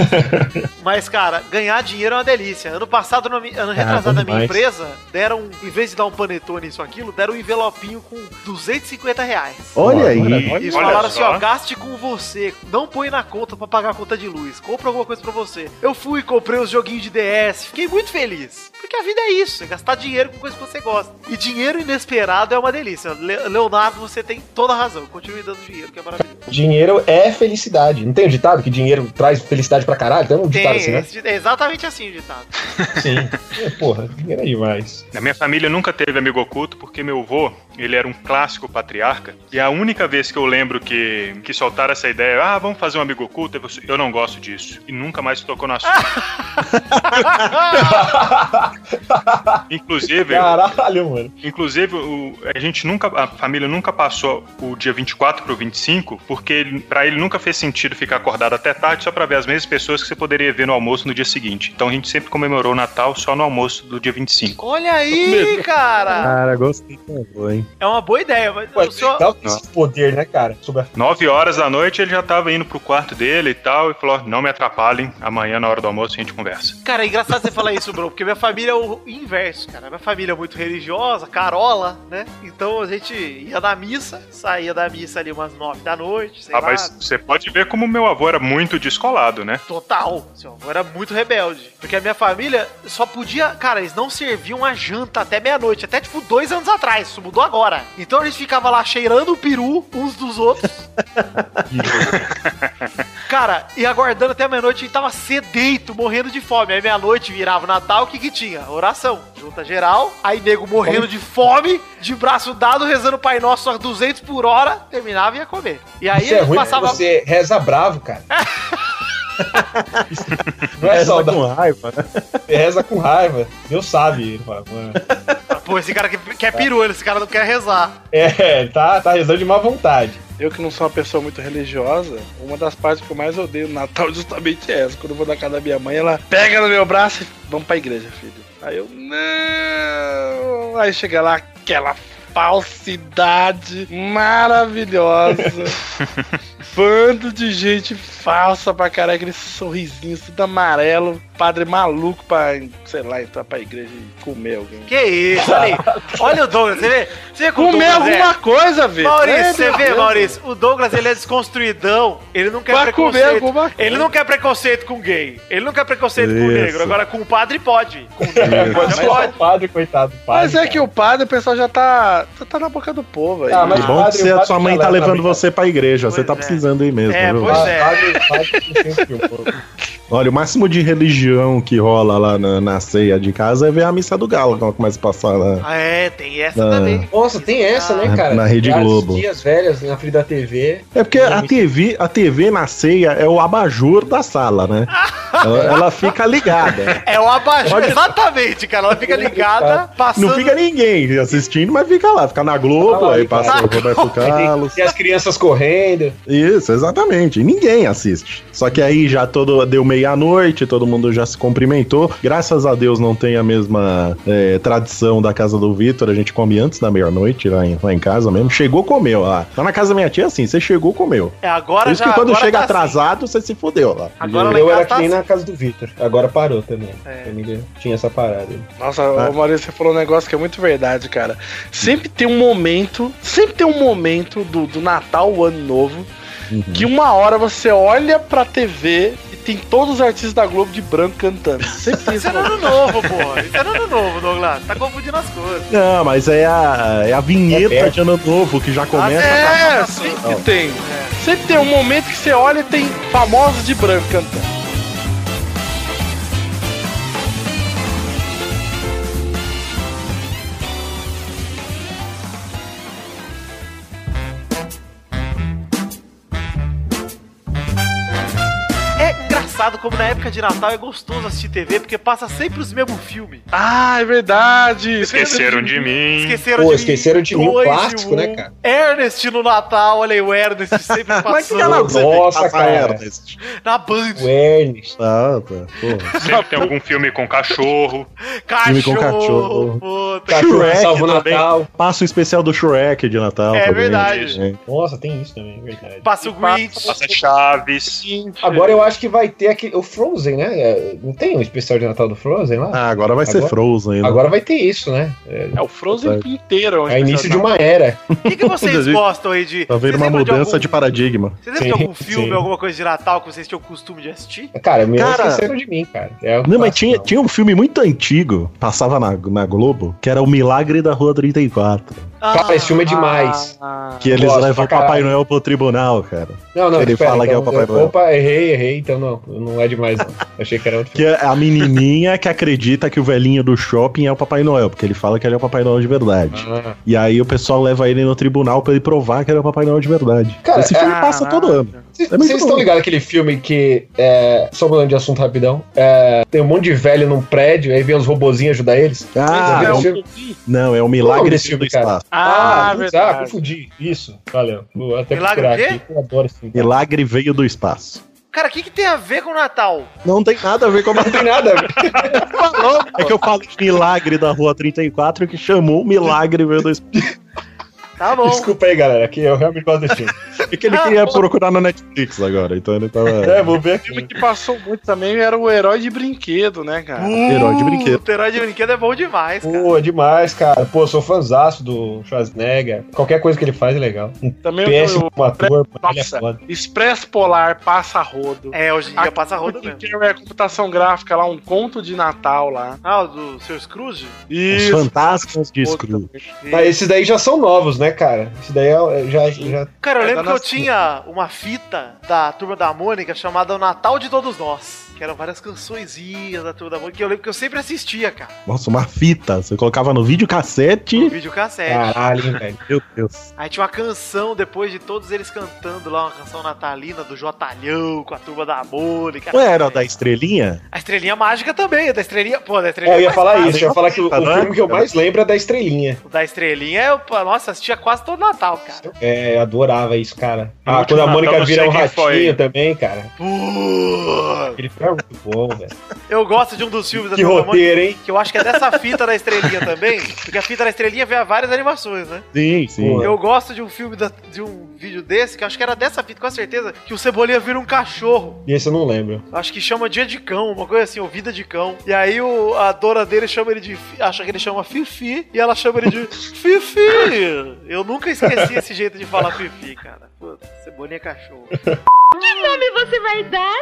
C: Mas, cara, ganhar dinheiro é uma delícia. Ano passado, na minha- ano retrasado, na minha
B: demais.
C: empresa, deram, em vez de dar um panetone isso aquilo, deram um envelopinho com 250 reais.
B: Olha
E: Olha,
B: aí.
F: olha
C: E
F: só.
C: falaram assim, ó, gaste com você, não põe na conta pra pagar a conta de luz, compra alguma coisa pra você. Eu fui, comprei os joguinhos de DS, fiquei muito feliz. Porque a vida é isso, é gastar dinheiro com coisa que você gosta. E dinheiro inesperado é uma delícia. Le- Leonardo, você tem toda a razão, continue dando dinheiro, que é maravilhoso.
E: Dinheiro é felicidade. Não tem um ditado que dinheiro traz felicidade pra caralho? Tem um
C: Tem,
E: ditado assim, né?
C: esse- é exatamente assim o ditado.
E: Sim. É, porra, dinheiro é demais.
F: Na minha família nunca teve amigo oculto, porque meu avô, ele era um clássico patriarca, e a única vez que eu lembro que, que soltaram essa ideia, ah, vamos fazer um amigo oculto, eu, falei assim, eu não gosto disso, e nunca mais tocou no assunto. Inclusive,
E: Caralho, mano.
F: inclusive o- a gente nunca, a família nunca passou o dia 24 pro 25, porque ele, pra ele nunca fez sentido ficar acordado até tarde só pra ver as mesmas pessoas que você poderia ver no almoço no dia seguinte. Então a gente sempre comemorou o Natal só no almoço do dia 25.
C: Olha aí, cara!
B: Cara, gostei também, hein?
C: É uma boa ideia, mas
E: Pô,
C: eu só.
E: dá esse poder, né, cara? Sobre a...
F: 9 horas da noite ele já tava indo pro quarto dele e tal, e falou: não me atrapalhem, amanhã na hora do almoço a gente conversa.
C: Cara, é engraçado você falar isso, bro, porque minha família é o inverso, cara. Minha família é muito religiosa, carola, né? Então a gente ia na missa, saía da missa ali umas nove da noite, sei
F: Ah,
C: lá.
F: mas você pode ver como meu avô era muito descolado, né?
C: Total. Seu avô era muito rebelde. Porque a minha família só podia. Cara, eles não serviam a janta até meia-noite. Até tipo dois anos atrás. Isso mudou agora. Então a gente ficava lá cheirando o peru uns dos outros. cara, e aguardando até meia-noite. A gente tava sedento, morrendo de fome. Aí meia-noite virava o Natal. O que que tinha? Oração. Junta geral. Aí nego morrendo de fome, de braço dado, rezando o Pai Nosso a 200 por hora. Terminava e ia comer. E aí
E: Isso é
C: eles
E: ruim
C: passavam.
E: porque você reza bravo, cara. Não é
B: Essa tá
E: saudável,
B: com raiva, né?
E: você reza com raiva. Deus sabe. Ele fala, mano.
C: Pô, esse cara que- quer peru, esse cara não quer rezar.
E: É, tá, tá rezando de má vontade.
D: Eu que não sou uma pessoa muito religiosa, uma das partes que eu mais odeio no Natal é justamente essa. Quando eu vou na casa da minha mãe, ela pega no meu braço e vamos pra igreja, filho. Aí eu, não. Aí chega lá aquela falsidade maravilhosa. Bando de gente falsa pra caralho, aquele sorrisinho tudo amarelo, padre maluco pra, sei lá, entrar pra igreja e comer alguém.
C: Que isso, olha aí. Olha o Douglas, você vê? Você vê como o
D: Comer
C: Douglas
D: alguma coisa,
C: é.
D: velho.
C: Maurício, você
D: Meu
C: vê,
D: Deus.
C: Maurício? O Douglas, ele é desconstruidão. Ele não quer
D: Pra comer
C: preconceito.
D: alguma coisa.
C: Ele não quer preconceito com gay. Ele não quer preconceito com
B: Isso.
C: negro. Agora, com o padre, pode. Com
E: É, pode
C: mas
E: ser o padre, coitado. do Padre,
D: Mas é que o padre, o pessoal já tá. já tá na boca do povo aí.
E: Ah,
B: Que
E: mas-
B: bom que
E: padre,
B: você- a
E: padre
B: sua mãe
E: já
B: tá
E: leva
B: levando
E: pra
B: você pra igreja, você
C: é Pois
B: tá
C: é.
B: precisando ir mesmo.
C: É,
B: viu?
C: pois
E: padre,
C: é.
E: padre, padre, não tem filme, pô.
B: Olha, o máximo de religião que rola lá na, na ceia de casa é ver a missa do galo, quando começa a passar lá.
C: Ah, é, tem essa
B: Ah.
C: também.
E: Nossa, tem essa, né,
B: Na-
E: cara?
B: na Rede
E: As
B: Globo.
E: tias velhas na frente da TV.
B: É porque a TV, a TV na ceia é o abajur da sala, né? Ela, ela fica ligada.
C: É o abajur,
B: Pode-
C: exatamente, cara. Ela fica ligada, passando...
B: Não fica ninguém assistindo, mas fica lá, fica na Globo,
E: Ah,
B: aí
E: ligado.
B: passa o Roberto Carlos.
E: E as crianças correndo.
B: Isso, exatamente. E Ninguém assiste. Só que aí já todo deu meia-noite, todo mundo já se cumprimentou. Graças a Deus não tem a mesma é, tradição da casa do Vitor. A gente come antes da meia-noite lá em, lá em casa mesmo. Chegou, comeu lá. Lá na casa da minha tia, assim, você chegou, comeu.
C: É, agora
B: Por isso
C: já-
B: que quando
C: agora
B: chega
C: tá assim.
B: atrasado, você se fudeu lá.
C: Agora lá em
E: Eu
C: casa
E: era
C: tá
E: que nem
C: assim.
E: na casa do Vitor. Agora parou também.
C: É.
E: A família tinha essa parada. aí.
D: Nossa, ô, Maurício, você falou um negócio que é muito verdade, cara. Sempre tem um momento, sempre tem um momento do, do Natal, o Ano Novo,
E: Uhum.
D: que uma hora você olha pra TV e tem todos os artistas da Globo de branco cantando. Sempre tem
C: Isso
D: esse
C: é no
D: momento.
C: ano novo, porra. Isso é no ano novo, Douglas. Tá confundindo as coisas.
B: Não, mas é a, é a vinheta
E: É perto.
B: de ano novo que já começa.
D: É, sempre tem. Sempre tem um momento que você olha e tem famosos de branco cantando.
C: É engraçado como na época de Natal é gostoso assistir TV, porque passa sempre os mesmos filmes.
D: Ah, é verdade.
F: Esqueceram de mim.
C: Esqueceram
E: Pô,
C: de
E: esqueceram de mim o
C: dois e um.
E: clássico, né, cara?
C: Ernest no Natal, olha aí, o Ernest sempre
B: Mas que
E: é
C: passando
B: canal que você tem
E: Nossa,
B: que passar
E: cara.
B: Ernest?
C: na Band.
E: O Ernest.
B: Ah, tá. Porra.
F: Sempre tem algum filme com cachorro.
C: Cachorro,
B: Filme com cachorro.
C: puta.
E: Cachorro
B: Shrek
E: salvo
B: também.
E: Natal.
B: Passa o especial do Shrek de Natal.
C: É
B: também.
C: verdade.
B: É.
E: Nossa, tem isso também, é verdade.
C: Passa o Grinch.
F: Passa Chaves.
E: Agora eu acho que vai ter aquele. O Frozen, né? É, Não tem um especial de Natal do Frozen lá?
B: Ah, agora vai ser
E: Agora-
B: Frozen. né?
E: Agora vai ter isso, né? É,
D: É o Frozen
C: um
D: inteiro.
E: é início de uma era.
C: O que, que vocês
B: Inclusive,
C: gostam aí de.
B: Tá vendo
C: Vocês
B: uma
C: lembram
B: mudança de,
C: algum-
B: paradigma.
C: Vocês lembram de
E: Sim,
C: algum filme,
E: sim.
C: alguma coisa de Natal que vocês tinham costume de assistir?
E: Cara, me
B: Cara-
E: esqueceram de mim, cara. É o
B: Não, mas
E: clássico,
B: tinha,
E: não.
B: tinha um filme muito antigo, passava na, na Globo, que era O Milagre da Rua 34.
E: Cara, esse
C: Ah.
D: tá-
E: filme é demais.
D: Ah,
B: Que eles
E: gosto
B: levam o
E: pra
B: Papai
E: caralho.
B: Noel pro tribunal, cara.
E: Não, não,
B: Ele
E: espera,
B: fala que é o
E: então-
B: Papai Noel.
E: Opa, errei, errei, então não, não é demais, não. Achei que era outro filme.
B: Que é a menininha que acredita que o velhinho do shopping é o Papai Noel, porque ele fala que ele é o Papai Noel de verdade.
E: Ah,
B: E aí o pessoal leva ele no tribunal pra ele provar que ele é o Papai Noel de verdade.
E: Cara,
B: Esse filme passa todo ano.
E: Vocês
B: É muito
E: vocês
B: bom.
E: estão ligados aquele filme que. É, só mudando de assunto rapidão. é, tem um monte de velho num prédio, aí vem os robozinhos ajudar eles.
B: Ah,
E: Vocês
B: é
E: viram
B: um-
E: esse filme?
B: não, é o
E: Qual
B: milagre
E: desse
B: do
E: filme, cara?
B: espaço.
E: ah,
D: Ah,
E: putz, ah,
D: verdade.
E: confundi. Isso, valeu. Vou até
C: Milagre
E: procurar
C: o quê?
E: aqui. Eu adoro esse filme.
B: Milagre veio do espaço.
C: Cara, o que, que tem a ver com o Natal?
B: Não tem nada a ver com a
E: Não tem nada. a ver.
B: É que eu falo de milagre da rua 34 que chamou milagre veio do espaço.
C: Tá bom.
E: Desculpa aí, galera, que eu realmente gosto desse filme.
B: É que ele queria procurar na Netflix agora, então ele tava.
E: é, vou ver
D: O
E: aqui.
D: filme que passou muito também era o herói de brinquedo, né, cara?
B: Herói de brinquedo.
C: Puta, herói de brinquedo é bom demais, cara.
E: Pô, é demais, cara. Pô, eu sou fãzaço do Schwarzenegger. Qualquer coisa que ele faz é legal. Um
D: Também
E: péssimo
D: o,
E: ator, mas ele é
D: Nossa.
E: foda.
D: o Expresso Polar passa rodo.
C: É, hoje em dia passa roda
D: Aquele
C: mesmo.
D: que é computação gráfica lá, um conto de Natal lá.
C: Ah, o do seu Scrooge?
B: Os fantasmas de Scrooge.
E: Mas esses daí já são novos, né, cara? Esse daí é- é- já, já.
C: Cara, eu
D: É,
C: lembro
D: da
C: que eu
D: nossa-
C: tinha uma fita da Turma da Mônica chamada O Natal de Todos Nós. Que eram várias cançõezinhas da Turma da Mônica. Que eu lembro que eu sempre assistia, cara.
B: Nossa, uma fita. Você colocava no
C: No
B: videocassete.
C: videocassete.
E: Caralho, hein, velho.
B: Meu Deus.
C: Aí tinha uma canção depois de todos eles cantando lá, uma canção natalina do Jotalhão com a Turma da Mônica.
B: Não era da estrelinha?
C: A Estrelinha Mágica também. A da Estrelinha... Pô, a da Estrelinha...
E: É, eu ia
C: mais
E: falar
C: fácil.
E: isso, eu ia falar que o,
B: Tá,
E: o
B: né?
E: filme que eu mais lembro é da Estrelinha.
C: O da Estrelinha, eu, pô, nossa, assistia quase todo Natal, cara.
E: É, eu adorava isso, cara.
F: No
E: Ah,
F: último
E: quando a Mônica
F: Natal, não
E: vira
F: sei
E: um
F: quem foi.
E: ratinho também, cara.
C: Pô.
E: Ele foi muito bom, velho.
C: Eu gosto de um dos filmes da
E: Que
C: Turma da Mônica.
E: roteiro, hein?
C: Que eu acho que é dessa fita da estrelinha também, porque a fita da estrelinha vê várias animações, né?
B: Sim, sim.
E: Pô.
C: Eu gosto de um filme, da- de um vídeo desse, que eu acho que era dessa fita, com certeza, que o Cebolinha vira um cachorro.
E: E esse eu não lembro.
C: Eu Acho que chama Dia de Cão, uma coisa assim, ou Vida de Cão. E aí o- a dona dele chama ele de. fi- acha que ele chama Fifi, e ela chama ele de Fifi! Eu nunca esqueci esse jeito de falar Fifi, cara. Puta, Cebolinha é cachorro.
G: nome você vai dar?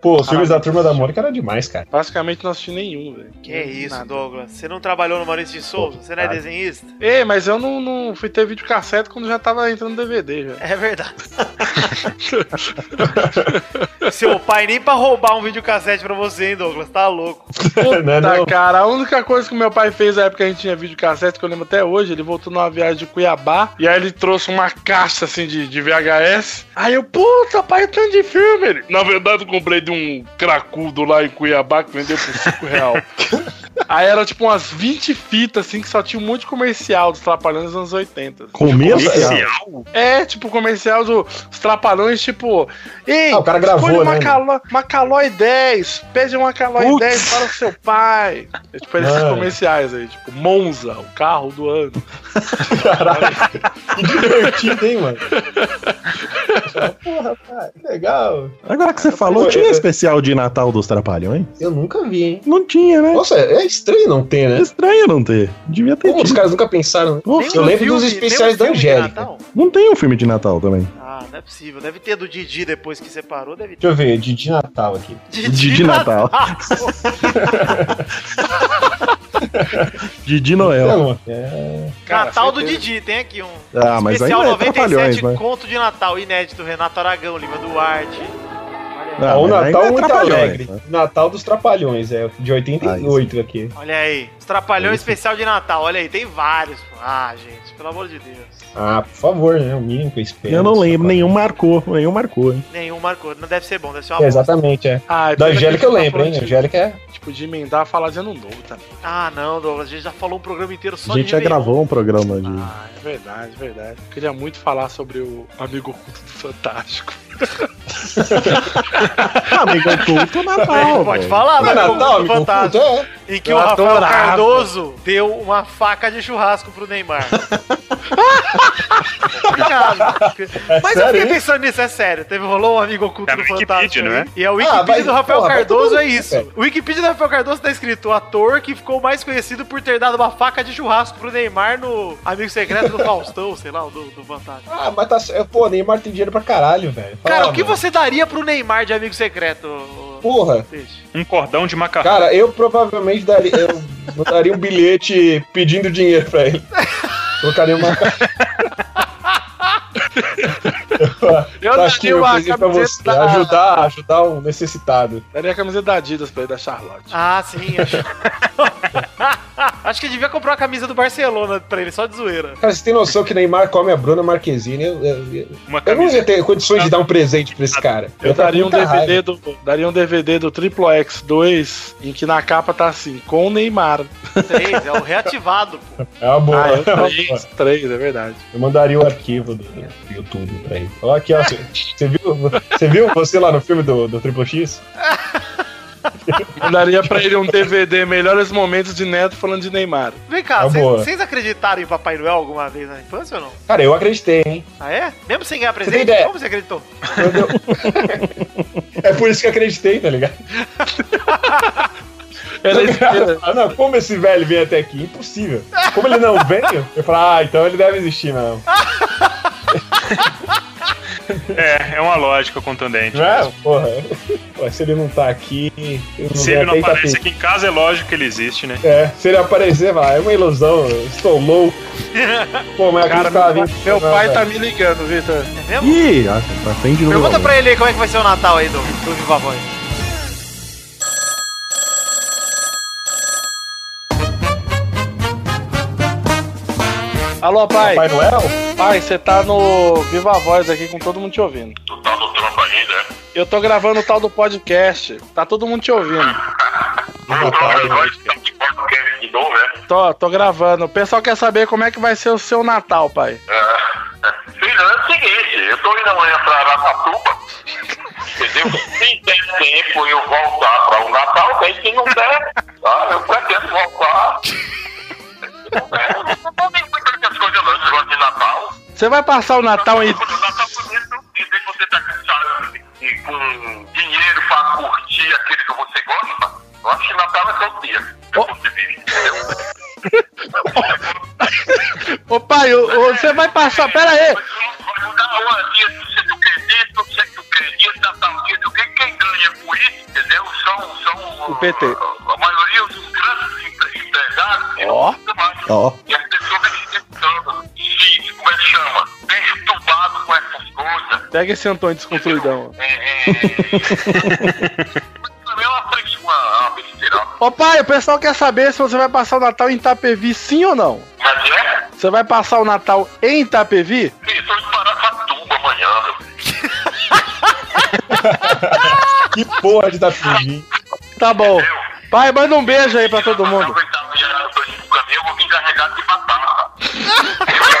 E: Pô, os filmes
C: Ah,
E: da Turma da Mônica era demais, cara.
D: Basicamente não assisti nenhum, velho.
C: Que é isso,
D: Nada.
C: Douglas? Você não trabalhou no Maurício de Souza? Você não é desenhista?
D: Ei, mas eu não, não fui ter videocassete quando já tava entrando DVD, já.
C: É verdade. Seu pai nem pra roubar um videocassete pra você, hein, Douglas? Tá louco.
E: Né,
D: Tá,
E: não?
D: cara, a única coisa que meu pai fez na época que a gente tinha videocassete, que eu lembro até hoje, ele voltou numa viagem de Cuiabá, e aí ele trouxe uma caixa, assim, de, de VHS. Aí eu, puta, pai, é tanto de filme. Ele, Na verdade, eu comprei de um cracudo lá em Cuiabá, que vendeu por 5 real. aí era, tipo, umas 20 fitas, assim, que só tinha um monte de comercial dos Trapalhões dos anos 80.
B: Começo?
D: É, tipo, comercial dos Trapalhões, tipo... Ei,
E: Ah, o cara gravou,
D: escolha uma,
E: né?
D: calo, uma Calói 10, pede uma Calói
B: Putz.
D: 10 para o seu pai. É, tipo, esses
E: Mano.
D: comerciais aí, tipo, Monza, o carro do ano.
E: Caralho. Que divertido, hein, mano? Porra, pai, que legal.
B: Agora que você falou,
E: Eu-
B: tinha
E: eu-
B: especial de Natal dos Trapalhões?
E: Eu nunca vi, hein?
B: Não tinha, né?
E: Nossa, é estranho não ter,
B: É
E: né?
B: estranho não ter. Devia ter
E: Como os
B: tido.
E: caras nunca pensaram, né?
B: Nossa,
C: um
E: Eu lembro dos especiais da Angélica.
B: Não tem um filme de Natal também.
C: Ah, não é possível. Deve ter do Didi depois que separou, deve ter.
E: Deixa eu ver, Didi Natal aqui.
B: Didi Natal. Didi Noel.
E: Não, é...
D: Cara,
C: Natal do
D: certeza.
C: Didi, tem aqui um.
B: Ah, mas
C: Especial
B: ainda é
C: 97,
B: Trapalhões, né?
C: conto de Natal inédito, Renato Aragão, Lima Duarte.
B: Ah,
E: o
B: mas ainda
E: Natal
B: é
E: muito
B: Trapalhões,
E: alegre.
B: né? Ah,
E: Natal dos Trapalhões, é de 88 aqui.
C: Olha aí, os
B: É
C: Trapalhões especial de Natal, olha aí, tem vários. pô. Ah, gente, pelo amor de Deus.
E: Ah, por favor, né? O mínimo que eu espero. assim,
B: Eu não lembro, nenhum marcou, nenhum marcou. hein?
C: Nenhum marcou, não deve ser bom, deve ser uma
E: É,
C: bosta.
E: exatamente, é.
D: Ah, é
E: Da
D: pena que
E: Angélica
D: a
E: eu
D: gente
E: lembro,
D: tá
E: hein?
D: falando de-
E: Angélica é.
D: Tipo, de emendar falar de ano novo, tá?
C: Ah, não, Douglas, a gente já falou um programa inteiro só
B: A gente
C: de
B: já
C: Réveillon.
B: gravou um programa de.
D: Ah, é verdade, é verdade. Eu queria muito falar sobre o Amigo Oculto do Fantástico.
B: Amigão é culto Natal.
C: Pode
B: velho.
C: falar,
E: Não
C: né?
E: é Natal,
C: Natal,
E: amigo? Puta,
C: fantástico.
E: é.
C: Em que o
D: Eu
C: Rafael
D: adorava.
C: Cardoso deu uma faca de churrasco pro Neymar. Cara, Mas eu
E: sério,
C: fiquei
E: hein?
C: pensando nisso, é sério. Teve, rolou um amigo oculto
F: É
C: do
F: Wikipedia,
C: Fantástico.
F: não é?
C: aí. E a Wikipedia
E: Ah, vai-
C: do Rafael
E: porra, vai
C: Cardoso
E: todo
C: é
E: mundo,
C: isso.
E: velho.
C: O Wikipedia do Rafael Cardoso tá escrito o ator que ficou mais conhecido por ter dado uma faca de churrasco pro Neymar no Amigo Secreto do Faustão, sei lá, do, do Fantástico.
E: Ah, mas tá. é, Pô, Neymar tem dinheiro pra caralho, velho. Fala,
C: Cara, o que
E: mano.
C: você daria pro Neymar de amigo secreto? ô- ô-
E: Porra.
C: Teixe?
F: Um cordão de macarrão.
E: Cara, eu provavelmente daria. Eu botaria um bilhete pedindo dinheiro pra ele. Colocaria uma.
D: Eu
E: tá aqui, meu presente pra você. Ajudar, ajudar um necessitado. Ah,
D: Daria a camiseta da Adidas pra ele, da Charlotte.
C: Ah, sim. acho- Acho que devia comprar uma camisa do Barcelona pra ele, só de zoeira.
E: Cara, você tem noção que Neymar come a Bruna Marquezine? Eu, eu- eu-
F: Uma
E: eu não
F: camisa.
E: ia ter condições de dar um presente pra esse cara.
D: Eu
E: tava com
D: daria um,
E: muita raiva.
D: DVD do, daria um DVD do Triplo X2 em que na capa tá assim, com o Neymar.
C: Três, é o reativado, pô.
E: É uma boa.
D: Ah, eu
E: é uma boa.
D: três, três, é verdade.
E: Eu mandaria o arquivo do YouTube pra ele. Ó, aqui, ó. Você viu, você viu você lá no filme do, do Triple X?
D: Mandaria pra ele um DVD Melhores Momentos de Neto falando de Neymar.
C: Vem cá,
E: Tá
C: vocês
E: boa.
C: vocês acreditaram em Papai Noel alguma vez na infância ou não?
E: Cara, eu acreditei, hein?
C: Ah, é? Mesmo sem ganhar
E: tem
C: presente?
E: ideia?
C: Como você acreditou?
E: Eu- eu- é por isso que eu acreditei, tá ligado?
D: Era isso
E: Eu
D: que-
E: falava, não, como esse velho vem até aqui? Impossível. Como ele não veio, eu falo, ah, então ele deve existir mesmo.
F: É, é uma lógica contundente.
E: Não é? Porra. Pô, se ele não tá aqui, ele não
F: Se
E: vem
F: ele não
E: até Itapim.
F: aparece aqui em casa, é lógico que ele existe, né?
E: É, se ele aparecer, vai, é uma ilusão, eu estou louco. Pô, mas
D: Cara,
E: aqui tava
D: meu,
E: vindo-
D: meu
E: não,
D: pai
E: velho.
D: tá me ligando, Vitor.
C: É mesmo?
B: Ih, ah, tá bem de novo.
C: Pergunta pra ele aí como é que vai ser o Natal aí do, do Viva Voz.
D: Alô, pai.
E: Papai Noel?
D: Pai, você tá no Viva Voz aqui com todo mundo te ouvindo.
H: Tá no trampo ainda, é?
D: Eu tô gravando o tal do podcast. Tá todo mundo te ouvindo.
E: Ah,
H: Não, não, agora tá de podcast de novo, é?
D: Tô, tô gravando. O pessoal quer saber como é que vai ser o seu Natal, pai.
H: É. Filho, é o seguinte, eu tô indo amanhã pra Aracatuba, entendeu? Se der tempo eu voltar pra o Natal, bem, se não der, tá? eu pretendo voltar. É, eu não tô nem muito com essas coisas não, esse negócio de Natal.
D: Você vai passar o Natal em.
H: O Natal por isso, dizer que você tá sabe, e com dinheiro pra curtir aquilo que você gosta, eu acho que Natal é todo dia. É você vive, entendeu?
D: Ô, pai, ô, ô, você vai passar. Pera aí!
H: Vai mudar uma dia, se tu quer isso, não sei se tu quer isso, tá, tá, quer o quê? Quem ganha com isso, entendeu? São, são
D: O PT.
H: A, a maioria dos grandes empre- empresários e
D: Ó.
H: tudo mais.
B: Ó.
H: E as pessoas vêm se tentando, se, como é que chama? Perturbado com essas coisas.
D: Pega esse Antônio desconstruidão.
H: É, é, é. Também eu aprendi uma, uma besteira.
D: Ô, pai, o pessoal quer saber se você vai passar o Natal em Itapevi, sim ou não?
H: Mas é,
D: Você vai passar o Natal em Itapevi?
H: estou em Paracatuba amanhã.
E: Que porra de dar pinguim.
D: Tá bom. Pai, manda um beijo aí pra todo mundo.
H: Eu vou me encarregar de batata.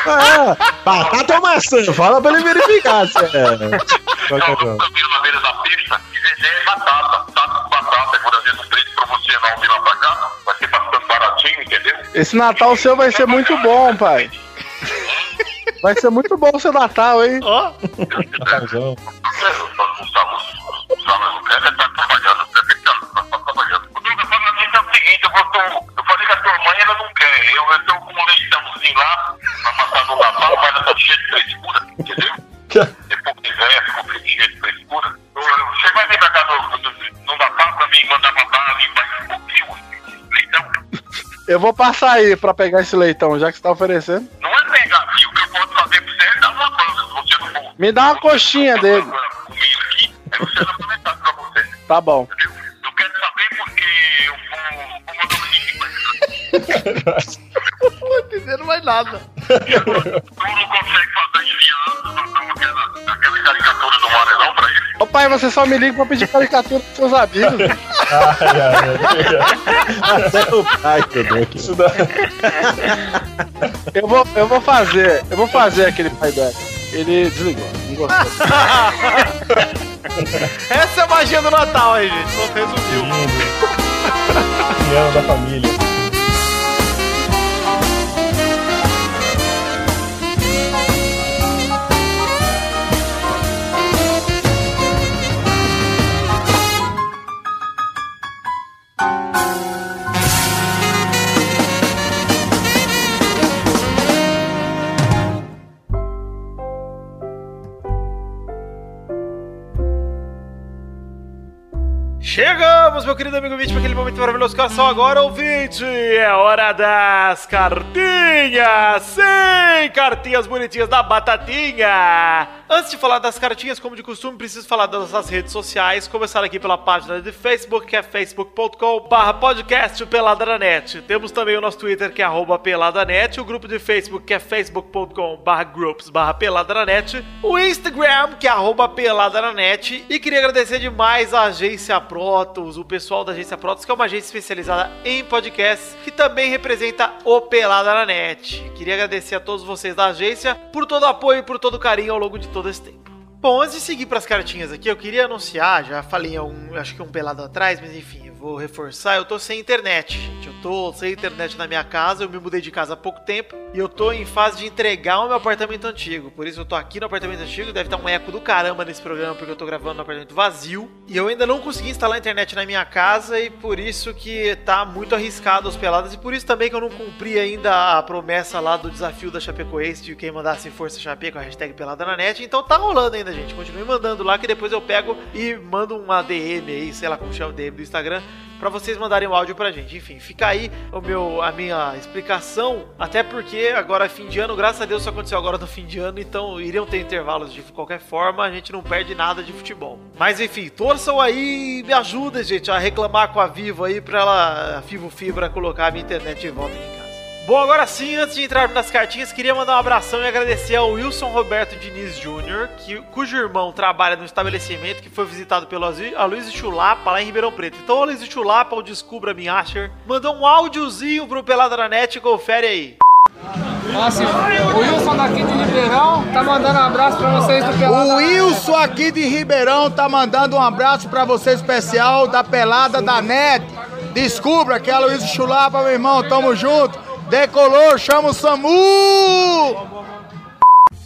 B: Ah, batata ou maçã? Fala pra ele verificar se é. Qual que é o
H: Então,
B: nome?
H: eu vi na beira da pista e Zezé é batata. Tá com batata, quando às vezes o preço promocional de lá pra cá, vai ser bastante baratinho, entendeu?
D: Esse Natal seu vai ser muito bom, pai. Vai ser muito bom o seu Natal, hein?
C: Ó,
E: Natalzão.
H: Nós não sabemos. O cara tá trabalhando, o prefeito tá trabalhando. O Duda falou assim, é o seguinte, eu, vou, tô- eu falei que a tua mãe ela não quer. Eu, eu tô com um leitãozinho lá, pra matar no Natal, mas ela tá cheia de frescura, entendeu? Depois que quiser, ficou cheia de frescura. Eu- eu- Você vai vir pra cá no, no, no Natal pra mim mandar matar ali, mais um pouquinho, leitão.
D: Eu vou passar aí pra pegar esse leitão, já que você tá oferecendo.
H: Não é pegar, filho. O que eu posso fazer pra você é dar uma banda, se você não for.
D: Me dá uma coxinha dele.
H: Comigo aqui, aí você vai comentar pra você,
D: Tá bom.
H: entendeu? Não quero saber porque eu vou, vou mandar um link pra ele.
C: não tô entendendo mais nada.
H: Tu não consegue fazer enviando tu- tu- aquela, aquela caricatura do Marelão pra ele.
D: Ô pai, você só me liga pra pedir caricatura pros seus amigos.
B: Ai, que eu dou aqui.
E: Isso dá.
D: Eu vou, eu vou fazer, eu vou fazer aquele playback. Ele desligou, não gostou.
C: Essa é a magia do Natal aí, gente. Só resumiu.
E: União da família.
C: Chegamos, meu querido amigo ouvinte, para aquele momento maravilhoso que é só agora, ouvinte! É hora das cartinhas! Sim, cartinhas bonitinhas da batatinha! Antes de falar das cartinhas, como de costume, preciso falar das nossas redes sociais. Começar aqui pela página de Facebook, que é facebook.com.br podcast Peladranet. Temos também o nosso Twitter, que é arroba Peladanet. O grupo de Facebook, que é facebook.com.br groups barra Peladranet. O Instagram, que é arroba Peladranet. E queria agradecer demais a Agência Protos, o pessoal da Agência Protos, que é uma agência especializada em podcasts, que também representa o Pelada na Net. Queria agradecer a todos vocês da agência por todo o apoio e por todo o carinho ao longo de todo esse tempo. Bom, antes de seguir para as cartinhas aqui, eu queria anunciar, já falei há um, acho que um pelado atrás, mas enfim, eu vou reforçar, eu tô sem internet, gente. Eu tô sem internet na minha casa, eu me mudei de casa há pouco tempo e eu tô em fase de entregar o meu apartamento antigo. Por isso eu tô aqui no apartamento antigo, deve estar um eco do caramba nesse programa porque eu tô gravando no apartamento vazio. E eu ainda não consegui instalar a internet na minha casa e por isso que tá muito arriscado os peladas e por isso também que eu não cumpri ainda a promessa lá do desafio da Chapecoense de quem mandasse força Chape com a hashtag pelada na net. Então tá rolando ainda, gente. Continue mandando lá que depois eu pego e mando um uma DM aí, sei lá como chama o DM do Instagram, pra vocês mandarem o áudio pra gente. Enfim, fica aí o meu, a minha explicação, até porque agora é fim de ano, graças a Deus isso aconteceu agora no fim de ano, então iriam ter intervalos de qualquer forma, a gente não perde nada de futebol. Mas enfim, torçam aí e me ajudem, gente, a reclamar com a Vivo aí pra ela, a Vivo Fibra, colocar a minha internet de volta aqui em casa. Bom, agora sim, antes de entrarmos nas cartinhas, queria mandar um abração e agradecer ao Wilson Roberto Diniz Jr., que, cujo irmão trabalha no estabelecimento que foi visitado pelo Azi- Aloysio Chulapa lá em Ribeirão Preto. Então, o Aloysio Chulapa, o Descubra Me Asher, mandou um áudiozinho pro Peladranet, confere aí.
I: Nossa, o Wilson daqui de Ribeirão tá mandando um abraço pra vocês do Pelada.
J: O Wilson aqui de Ribeirão tá mandando um abraço pra você especial da Pelada da NET. Descubra que é Luiz Chulapa, meu irmão, tamo junto. Decolou, chama o SAMU!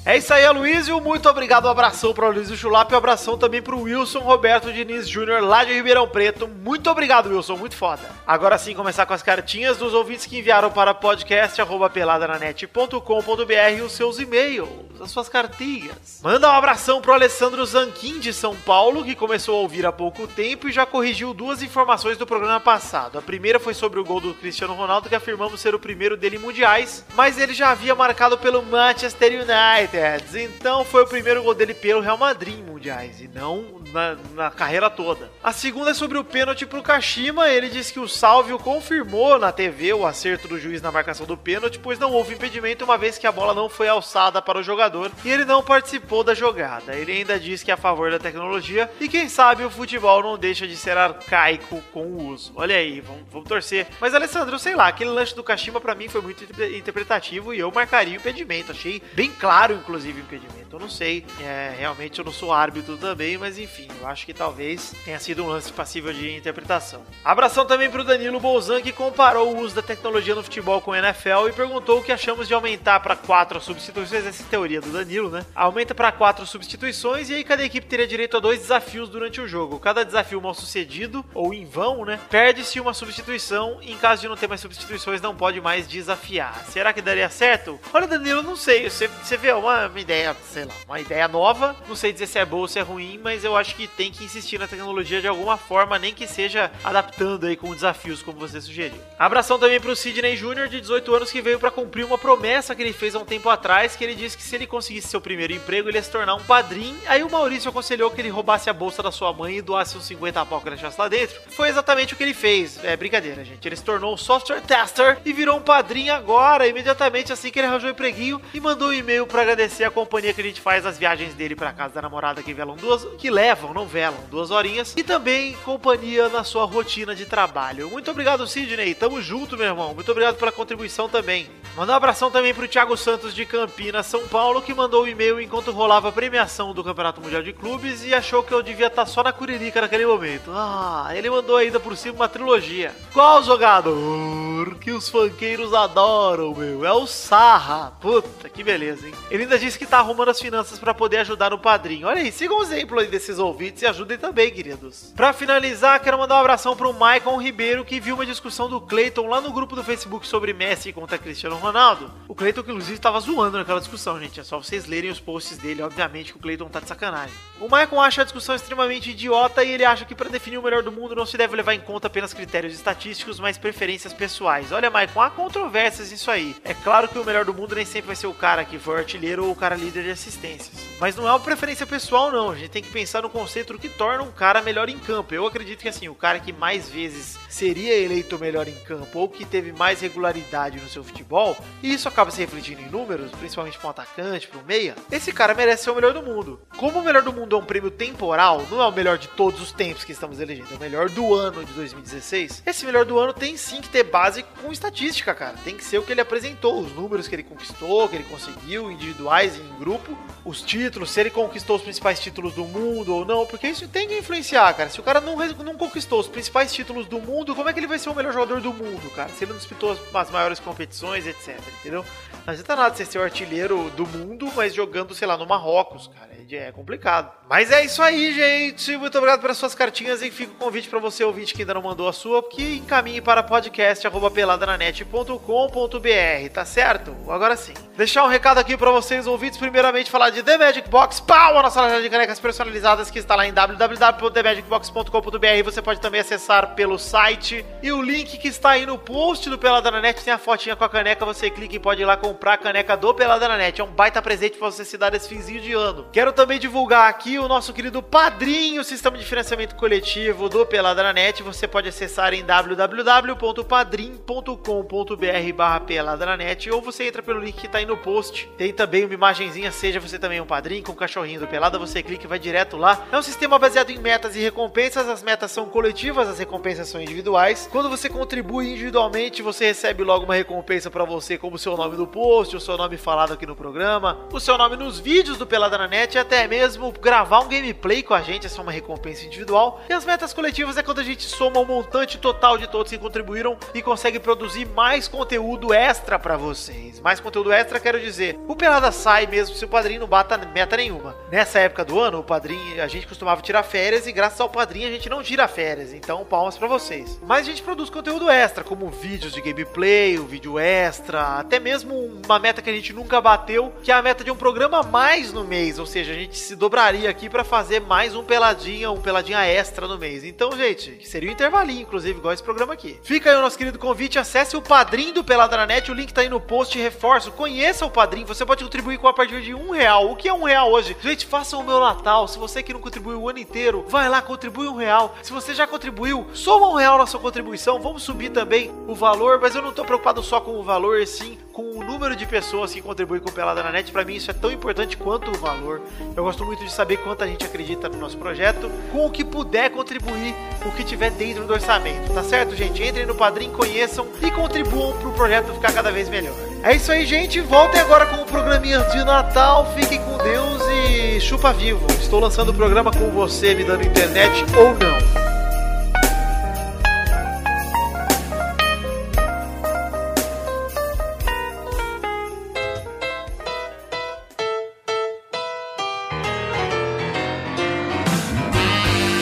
C: É isso aí, Aloysio. Muito obrigado. Um abração para o Aloysio Chulapa e um abração também para o Wilson Roberto Diniz Jr., lá de Ribeirão Preto. Muito obrigado, Wilson. Muito foda. Agora sim, começar com as cartinhas dos ouvintes que enviaram para podcast.peladananet.com.br os seus e-mails, as suas cartinhas. Manda um abração para o Alessandro Zanquim, de São Paulo, que começou a ouvir há pouco tempo e já corrigiu duas informações do programa passado. A primeira foi sobre o gol do Cristiano Ronaldo, que afirmamos ser o primeiro dele em mundiais, mas ele já havia marcado pelo Manchester United. Então foi o primeiro gol dele pelo Real Madrid em mundiais e não na, na carreira toda. A segunda é sobre o pênalti pro Kashima. Ele disse que o Salvio confirmou na TV o acerto do juiz na marcação do pênalti, pois não houve impedimento uma vez que a bola não foi alçada para o jogador e ele não participou da jogada. Ele ainda diz que é a favor da tecnologia e quem sabe o futebol não deixa de ser arcaico com o uso. Olha aí, vamos, vamos torcer. Mas Alessandro, sei lá, aquele lance do Kashima pra mim foi muito inter- interpretativo e eu marcaria o impedimento. Achei bem claro, inclusive, o impedimento. Eu não sei, é, realmente eu não sou árbitro também, mas enfim, eu acho que talvez tenha sido um lance passível de interpretação. Abração também pro Danilo Bolzan, que comparou o uso da tecnologia no futebol com o NFL e perguntou o que achamos de aumentar pra quatro substituições, essa é a teoria do Danilo, né? Aumenta pra quatro substituições e aí cada equipe teria direito a dois desafios durante o jogo. Cada desafio mal sucedido, ou em vão, né? Perde-se uma substituição e em caso de não ter mais substituições, não pode mais desafiar. Será que daria certo? Olha, Danilo, não sei. Você, você vê é uma, uma ideia, sei lá, uma ideia nova. Não sei dizer se é boa ou se é ruim, mas eu acho que tem que insistir na tecnologia de alguma forma, nem que seja adaptando aí com desafios, como você sugeriu. Abração também pro Sidney Jr., de 18 anos, que veio pra cumprir uma promessa que ele fez há um tempo atrás, que ele disse que se ele conseguisse seu primeiro emprego, ele ia se tornar um padrinho. Aí o Maurício aconselhou que ele roubasse a bolsa da sua mãe e doasse uns 50 pau que ele achasse lá dentro. Foi exatamente o que ele fez. É brincadeira, gente. Ele se tornou um software tester e virou um padrinho agora, imediatamente assim que ele arranjou o empreguinho e mandou um e-mail pra agradecer a companhia que a gente faz nas viagens dele pra casa da namorada que velam duas, que levam, não velam, duas horinhas, e também companhia na sua rotina de trabalho. Muito obrigado, Sidney. Tamo junto, meu irmão. Muito obrigado pela contribuição também. Mandar um abração também pro Thiago Santos de Campinas, São Paulo, que mandou o e-mail enquanto rolava a premiação do Campeonato Mundial de Clubes e achou que eu devia estar só na curirica naquele momento. Ah, ele mandou ainda por cima uma trilogia. Qual jogador que os funkeiros adoram, meu? É o Sarra. Puta, que beleza, hein? Ele ainda disse que tá arrumando as finanças pra poder ajudar o padrinho. Olha aí, sigam o exemplo aí desses ouvintes e ajudem também, queridos. Pra finalizar, quero mandar um abração pro Maicon Ribeiro, que viu uma discussão do Cleiton lá no grupo do Facebook sobre Messi contra Cristiano Ronaldo. O Cleiton, inclusive, tava zoando naquela discussão, gente. É só vocês lerem os posts dele, obviamente que o Cleiton tá de sacanagem. O Maicon acha a discussão extremamente idiota e ele acha que pra definir o melhor do mundo não se deve levar em conta apenas critérios estatísticos, mas preferências pessoais. Olha, Maicon, há controvérsias nisso aí. É claro que o melhor do mundo nem sempre vai ser o cara que foi o artilheiro ou o cara líder de assistências. Mas não é uma preferência pessoal, não. A gente tem que pensar no conceito do que torna um cara melhor em campo. Eu acredito que, assim, o cara que mais vezes seria eleito melhor em campo ou que teve mais regularidade no seu futebol, e isso acaba se refletindo em números, principalmente para um atacante, para um meia, esse cara merece ser o melhor do mundo. Como o melhor do mundo é um prêmio temporal, não é o melhor de todos os tempos que estamos elegendo, é o melhor do ano de 2016, esse melhor do ano tem sim que ter base com estatística, cara. Tem que ser o que ele apresentou, os números que ele conquistou, que ele conseguiu, individuais e em grupo, os títulos, se ele conquistou os principais títulos do mundo ou não, porque isso tem que influenciar, cara. Se o cara não, res- não conquistou os principais títulos do mundo, como é que ele vai ser o melhor jogador do mundo, cara? Se ele não disputou as, as maiores competições, etc, entendeu? Não adianta nada você ser o artilheiro do mundo, mas jogando, sei lá, no Marrocos, cara. É é complicado. Mas é isso aí, gente. Muito obrigado pelas suas cartinhas e fica o convite para você, ouvinte, que ainda não mandou a sua, que encaminhe para podcast.peladananet.com.br, tá certo? Agora sim. Deixar um recado aqui para vocês, ouvintes. Primeiramente, falar de The Magic Box. Pau! A nossa loja de canecas personalizadas que está lá em www.themagicbox.com.br. Você pode também acessar pelo site. E o link que está aí no post do Peladananet tem a fotinha com a caneca. Você clica e pode ir lá comprar a caneca do Peladananet. É um baita presente para você se dar esse finzinho de ano. Quero também divulgar aqui o nosso querido padrinho, o sistema de financiamento coletivo do Peladranet. Você pode acessar em www.padrim.com.br barra peladranet ou você entra pelo link que tá aí no post. Tem também uma imagenzinha, seja você também um padrinho com um cachorrinho do Pelada, você clica e vai direto lá. É um sistema baseado em metas e recompensas. As metas são coletivas, as recompensas são individuais. Quando você contribui individualmente, você recebe logo uma recompensa para você, como o seu nome no post, o seu nome falado aqui no programa, o seu nome nos vídeos do Pelada na Net e até mesmo gravar um gameplay com a gente, essa é uma recompensa individual. E as metas coletivas é quando a gente soma o montante total de todos que contribuíram e consegue produzir mais conteúdo extra pra vocês. Mais conteúdo extra, quero dizer, o Pelada sai mesmo se o padrinho não bata meta nenhuma. Nessa época do ano, o padrinho, a gente costumava tirar férias e graças ao padrinho a gente não tira férias, então palmas pra vocês. Mas a gente produz conteúdo extra, como vídeos de gameplay, um vídeo extra, até mesmo uma meta que a gente nunca bateu, que é a meta de um programa a mais no mês, ou seja, a gente se dobraria aqui pra fazer mais um peladinha, um peladinha extra no mês. Então, gente, que seria um intervalinho, inclusive, igual esse programa aqui. Fica aí o nosso querido convite, acesse o padrinho do Pelada na Net, o link tá aí no post, reforço, conheça o padrinho, você pode contribuir com a partir de um real. O que é um real hoje? Gente, façam o meu Natal, se você que não contribuiu o ano inteiro, vai lá, contribui um real. Se você já contribuiu, soma um real na sua contribuição, vamos subir também o valor, mas eu não tô preocupado só com o valor, e sim com o número de pessoas que contribuem com o Pelada na Net, pra mim isso é tão importante quanto o valor. Eu gosto muito de saber quanta gente acredita no nosso projeto, com o que puder contribuir, o que tiver dentro do orçamento, tá certo, gente? Entrem no Padrim, conheçam e contribuam pro projeto ficar cada vez melhor. É isso aí, gente. Voltem agora com o programinha de Natal. Fiquem com Deus e chupa vivo. Estou lançando o programa com você, me dando internet ou não.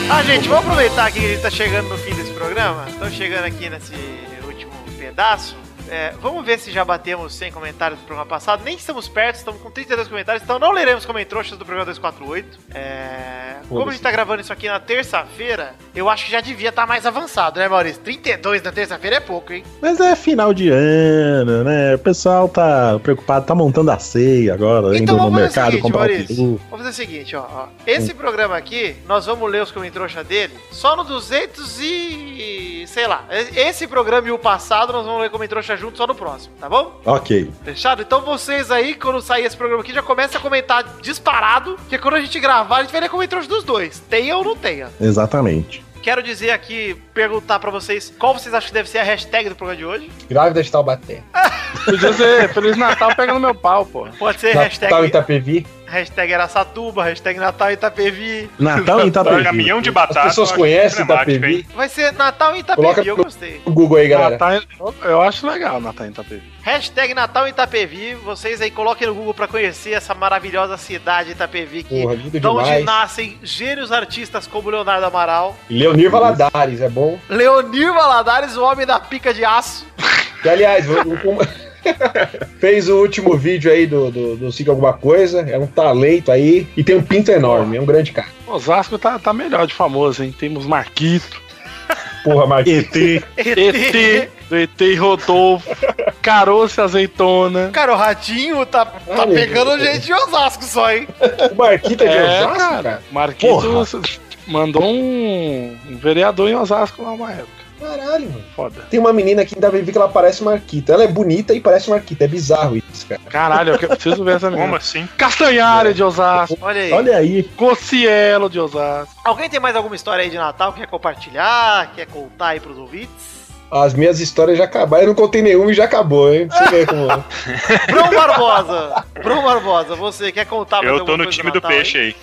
C: Ah, gente, vamos aproveitar que a gente tá chegando no fim desse programa. Estamos chegando aqui nesse último pedaço. É, vamos ver se já batemos 100 comentários do programa passado. Nem estamos perto, estamos com 32 comentários, então não leremos comentroxas do programa 248. É, como a gente tá gravando isso aqui na terça-feira, eu acho que já devia estar mais avançado, né, Maurício? 32 na terça-feira é pouco, hein?
B: Mas é final de ano, né? O pessoal tá preocupado, tá montando a ceia agora, indo Então no
C: Então fazer o
B: mercado
C: seguinte,
B: comprar um o
C: Maurício,
B: peru.
C: Vamos fazer o seguinte, ó. ó. Esse programa aqui, nós vamos ler os comentroxa dele só no 200 e... Sei lá. E- Esse programa e o passado, nós vamos ler comentroxa junto só no próximo, tá bom?
B: Ok.
C: Fechado? Então vocês aí, quando sair esse programa aqui, já começa a comentar disparado, que quando a gente gravar, a gente vai ler comentroxa dos dois. Tenha ou não tenha.
B: Exatamente.
C: Quero dizer aqui, perguntar pra vocês qual vocês acham que deve ser a hashtag do programa de hoje.
E: Grávida de Taubaté.
D: Podia ser Feliz Natal pega no meu pau, pô.
C: Pode ser
E: Natal
C: hashtag...
E: Tá, em Itapevi.
C: Hashtag Aracatuba, hashtag Natal Itapevi.
B: Natal em
F: Um
B: Itapevi.
F: caminhão de
E: As
F: batata.
E: pessoas
F: eu acho
E: conhecem
F: tá, é dramático,
E: Itapevi.
F: hein?
C: Vai ser Natal em Itapevi,
E: Coloca
C: eu
E: pro-
C: gostei.
E: O Google aí, galera.
D: Natal, eu acho legal o Natal em Itapevi.
C: Hashtag Natal em Itapevi. Vocês aí coloquem no Google pra conhecer essa maravilhosa cidade de Itapevi. Que
E: Porra, lindo
C: Então, de onde
E: demais.
C: nascem gênios artistas como Leonardo Amaral,
E: Leonir Valadares, é bom.
C: Leonir Valadares, o homem da pica de aço.
E: Que, aliás, o- o- fez o último vídeo aí do, do, do Siga Alguma Coisa. É um talento aí. E tem um pinto enorme. É um grande cara.
D: Osasco tá, tá melhor de famoso, hein? Temos Marquito,
E: Porra, Marquinhos.
B: ET.
D: ET, do ET e Rodolfo. caroço e azeitona.
C: Cara, o ratinho tá, tá
E: Olha,
C: pegando
E: eu-
C: gente de Osasco só, hein?
E: O Marquita de
D: É,
E: Osasco,
D: cara.
E: cara.
D: Marquinhos mandou um, um vereador em Osasco lá uma época.
E: Caralho, mano.
D: Foda.
E: Tem uma menina aqui em Davi que ela parece Marquita. Ela é bonita e parece Marquita. É bizarro isso, cara.
D: Caralho, eu que- preciso ver essa
F: Como
D: menina.
F: assim?
D: Castanhari de Osasco.
C: Olha aí.
B: Olha aí.
D: Cocielo de Osasco.
C: Alguém tem mais alguma história aí de Natal que quer compartilhar, quer contar aí pros ouvintes?
E: As minhas histórias já acabaram. Eu não contei nenhuma e já acabou, hein? Pra Você vê como. é.
C: Brão Barbosa! Brão Barbosa, você quer contar mais
F: Eu
C: alguma
F: tô no
C: coisa
F: time do
C: Natal aí?
F: peixe aí.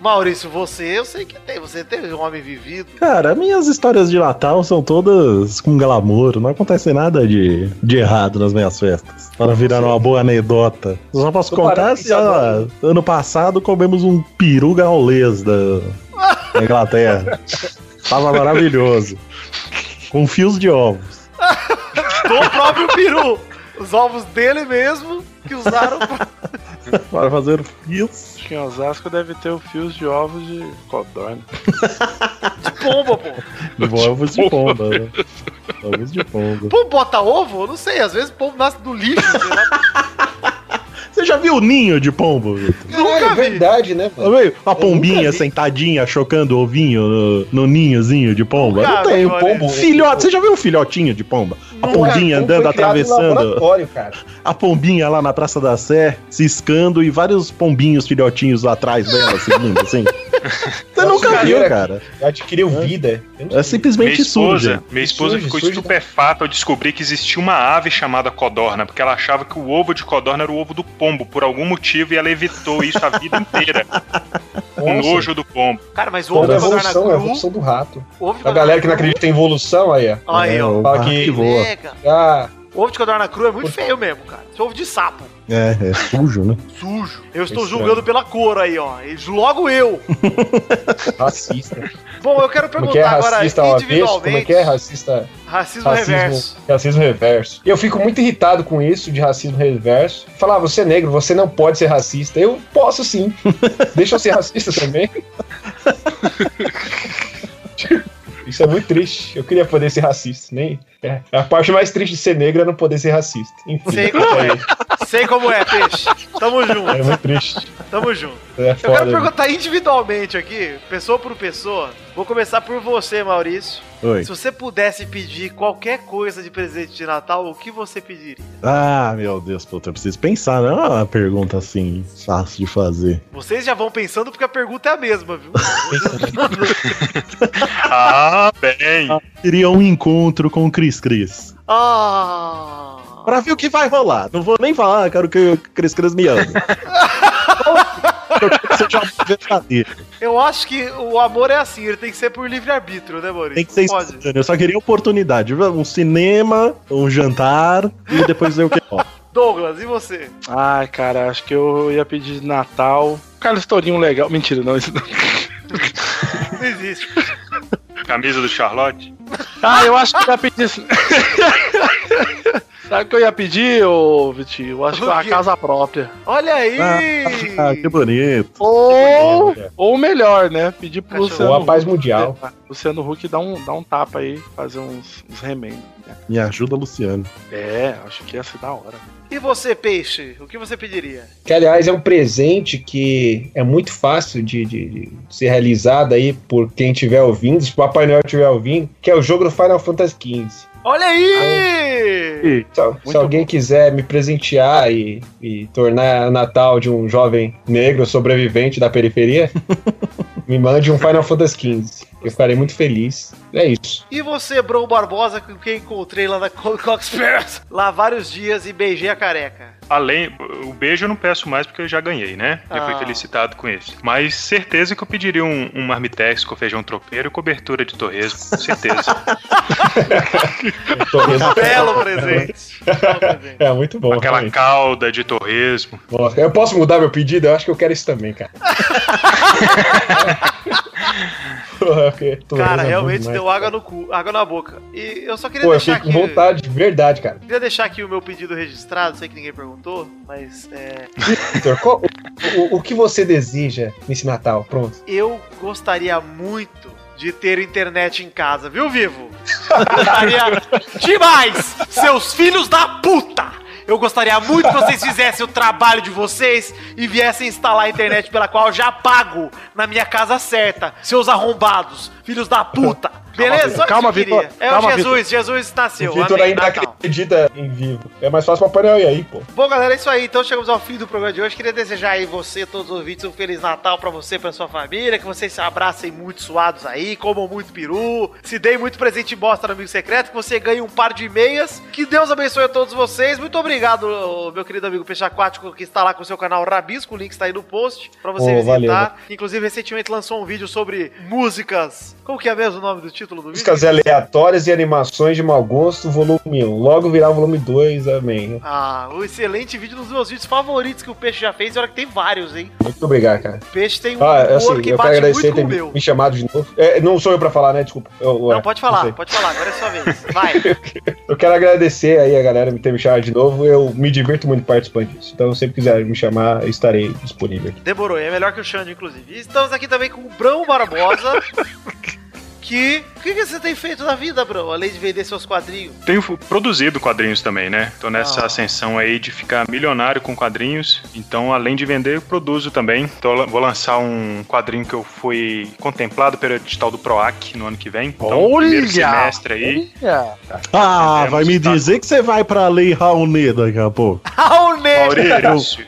C: Maurício, você, eu sei que tem. Você teve um homem vivido.
B: Cara, minhas histórias de Natal são todas com glamour, não acontece nada de, de errado nas minhas festas. Para virar uma boa anedota. Eu Só posso
E: Tô
B: contar
E: parando
B: se,
E: isso agora,
B: ó, ano passado comemos um peru gaulês da, da Inglaterra. Tava maravilhoso. Com fios de ovos.
C: Do próprio peru! Os ovos dele mesmo que usaram pra...
B: Para fazer fios.
D: Acho que em Osasco deve ter o fios de ovos de codorna.
C: de pomba, pô.
B: de Ovos de pomba, né? Ovos de pomba.
C: Pombo bota ovo? Eu não sei, às vezes pombo nasce do lixo, sei lá.
B: Você já viu o ninho de pombo, Vitor?
E: Caralho, é verdade, né,
B: Tá
E: mano?
B: vendo? Uma pombinha
E: nunca vi.
B: sentadinha, chocando ovinho no, no ninhozinho de pomba.
C: Nunca
B: Não tem
C: vi,
B: um
C: olha.
B: pombo. Filhote, você já viu um filhotinho de pomba? A
E: O cartão
B: pombinha andando,
E: foi criado em
B: atravessando.
E: laboratório, cara.
B: A pombinha lá na Praça da Sé, ciscando e vários pombinhos filhotinhos atrás dela, seguindo, assim. Você
E: Nossa,
B: nunca viu,
E: cara.
B: cara.
E: Adquiriu vida.
B: É
E: Eu não sei.
F: Minha
B: simplesmente
F: esposa,
B: suja.
F: minha esposa
E: Suja,
F: ficou
E: suja.
F: estupefata ao descobrir que existia uma ave chamada codorna, porque ela achava que o ovo de codorna era o ovo do pombo, por algum motivo, e ela evitou isso a vida inteira. O
E: Nossa.
F: nojo do pombo.
C: Cara, mas o ovo
E: Pombo é
C: de codorna
E: evolução, é a
C: cru.
E: evolução do rato.
C: Ovo de
E: A
C: codorna
E: galera que não
C: cru-
E: acredita em evolução, aí, ó.
C: Aí,
B: É,
C: ó.
B: o
E: Fala
B: rato
E: que-
B: que voa.
C: Pega.
E: Ah,
C: Ovo de codorna cru é muito feio mesmo, cara. Isso é ovo de sapo.
B: É, é sujo, né?
C: Sujo. Eu estou
E: Estranho.
C: julgando pela cor aí, ó. Eles logo eu.
E: racista.
C: Bom, eu quero
E: Como
C: perguntar
E: é que é
C: agora
E: racista ao avesso?
C: individualmente.
E: Como é que é racista?
C: Racismo,
E: racismo
C: reverso. É.
E: Racismo reverso. Eu fico muito irritado com isso de racismo reverso. Falar, ah, você é negro, você não pode ser racista. Eu posso sim. Deixa eu ser racista também. Isso é muito triste. Eu queria poder ser racista, nem. É. A parte mais triste de ser negro é não poder ser racista. Enfim,
C: Sei como
E: é,
C: é. Sei como é, peixe. Tamo junto,
E: é muito triste.
C: tamo junto.
E: É
C: Eu
E: foda.
C: quero perguntar individualmente aqui, pessoa por pessoa. Vou começar por você, Maurício.
B: Oi.
C: Se você pudesse pedir qualquer coisa de presente de Natal, o que você pediria?
B: Ah, meu Deus, puta, eu preciso pensar, não é uma pergunta assim, fácil de fazer.
C: Vocês já vão pensando porque a pergunta é a mesma, viu?
F: Ah, bem.
B: Seria um encontro com o Cris Cris.
C: ah.
B: Pra ver o que vai rolar. Não vou nem falar, quero que o Cris Cris me ame. Eu quero que seja algo verdadeiro.
C: Eu acho que o amor é assim, ele tem que ser por livre-arbítrio, né, Maurício?
B: Tem que ser
C: Não pode.
B: espontâneo. Eu só queria oportunidade. Um cinema, um jantar e depois ver o que rola.
C: Douglas, e você?
D: Ai, cara, acho que eu ia pedir de Natal. Cara, estourinho legal. Mentira, não, isso não.
C: Não existe.
F: Camisa do Charlotte?
D: Ah, eu acho que eu ia pedir. isso. Sabe o que eu ia pedir, ô Vitinho? Eu acho que é
C: O
D: uma
C: quê?
D: casa própria.
C: Olha aí!
B: Ah, que bonito.
D: Ou, ou melhor, né? Pedir pro
C: Cachorro.
D: Luciano
E: Ou a paz
D: Huck-
E: mundial.
D: É, Luciano Huck dá um, dá um tapa aí, fazer uns, uns remendos.
B: Me ajuda, Luciano.
D: É, acho que ia ser da hora.
C: E você, peixe? O que você pediria?
E: Que, aliás, é um presente que é muito fácil de, de- de ser realizado aí por quem estiver ouvindo, se o Papai Noel estiver ouvindo, que é o jogo do Final Fantasy XV.
C: Olha
E: Ah,
C: aí!
E: Se, al- se alguém quiser me presentear e, e tornar o Natal de um jovem negro sobrevivente da periferia, me mande um Final Fantasy XV. Eu ficarei muito feliz. É isso.
C: E você, Bron Barbosa, com quem encontrei lá na Co- Coxpers lá há vários dias e beijei a careca.
F: Além, o beijo eu não peço mais porque eu já ganhei, né? E fui
C: Ah.
F: felicitado com isso. Mas certeza que eu pediria um, um marmitex com feijão tropeiro e cobertura de torresmo, certeza.
E: Torresmo.
C: Belo presente. Belo presente.
E: É muito bom.
F: Aquela
E: realmente.
F: calda de torresmo.
E: Nossa, Eu posso mudar meu pedido? Eu acho que eu quero isso também, cara. Porra, porque torresmo é
C: Cara,
E: bom
C: realmente
E: demais.
C: deu água no cu, água na boca. E eu só queria
E: Pô, eu
C: deixar
E: fiquei
C: aqui.
E: com vontade, de verdade, cara.
C: Queria deixar aqui o meu pedido registrado, sei que ninguém perguntou, mas é,
E: Vitor, qual- o, o- o que você deseja nesse Natal? Pronto.
C: eu gostaria muito de ter internet em casa, viu, Vivo? Gostaria demais, seus filhos da puta! Eu gostaria muito que vocês fizessem o trabalho de vocês e viessem instalar a internet pela qual eu já pago na minha casa certa, seus arrombados, filhos da puta! Beleza? Só isso
D: Calma,
C: que eu queria.
D: Vitor.
C: É
D: Calma,
C: o Jesus, Jesus nasceu.
E: o Vitor
C: Amém.
E: ainda
C: Natal.
E: acredita em vivo. É mais fácil Papai Noel e aí, pô.
C: Bom, galera, é isso aí. Então chegamos ao fim do programa de hoje. Queria desejar aí você, todos os ouvintes, um Feliz Natal pra você, pra sua família. Que vocês se abracem muito suados aí, comam muito peru, se deem muito presente e bosta no Amigo Secreto, que você ganhe um par de meias. Que Deus abençoe a todos vocês. Muito obrigado, meu querido amigo Peixe Aquático, que está lá com o seu canal Rabisco. O link está aí no post pra você
E: Ô,
C: visitar.
E: valeu.
C: Inclusive, recentemente lançou um vídeo sobre músicas. Como que é mesmo o nome do título do vídeo?
E: Músicas aleatórias e animações de mau gosto, volume 1. Logo virá o volume 2, amém.
C: Ah, um excelente vídeo, um dos meus vídeos favoritos que o Peixe já fez. E olha que tem vários, hein?
E: Muito obrigado, cara.
C: Peixe tem um
E: Ah,
C: humor
E: assim,
C: que
E: eu quero
C: bate muito
E: agradecer
C: com
E: ter
C: o
E: me,
C: meu.
E: me chamado de novo. É, não sou eu pra falar, né? Desculpa. Eu-
C: Não,
E: é,
C: pode
E: sei.
C: falar, pode falar, agora é sua vez. Vai.
E: Eu quero agradecer aí a galera me ter me chamado de novo. Eu me divirto muito participando disso. Então, se quiser me chamar, eu estarei disponível aqui.
C: Demorou, é melhor que o Xande, inclusive. E estamos aqui também com o Brão Barbosa. Que. O que, que você tem feito na vida, Brão? Além de vender seus quadrinhos?
F: Tenho fu- produzido quadrinhos também, né? Tô nessa ascensão aí de ficar milionário com quadrinhos. Então, além de vender, eu produzo também. Tô la- vou lançar um quadrinho que eu fui contemplado pelo edital do PROAC no ano que vem. Então, primeiro semestre aí.
C: É,
B: Ah, vai me
C: tá
B: dizer que você vai pra Lei Raonê daqui a pouco.
F: Maurício,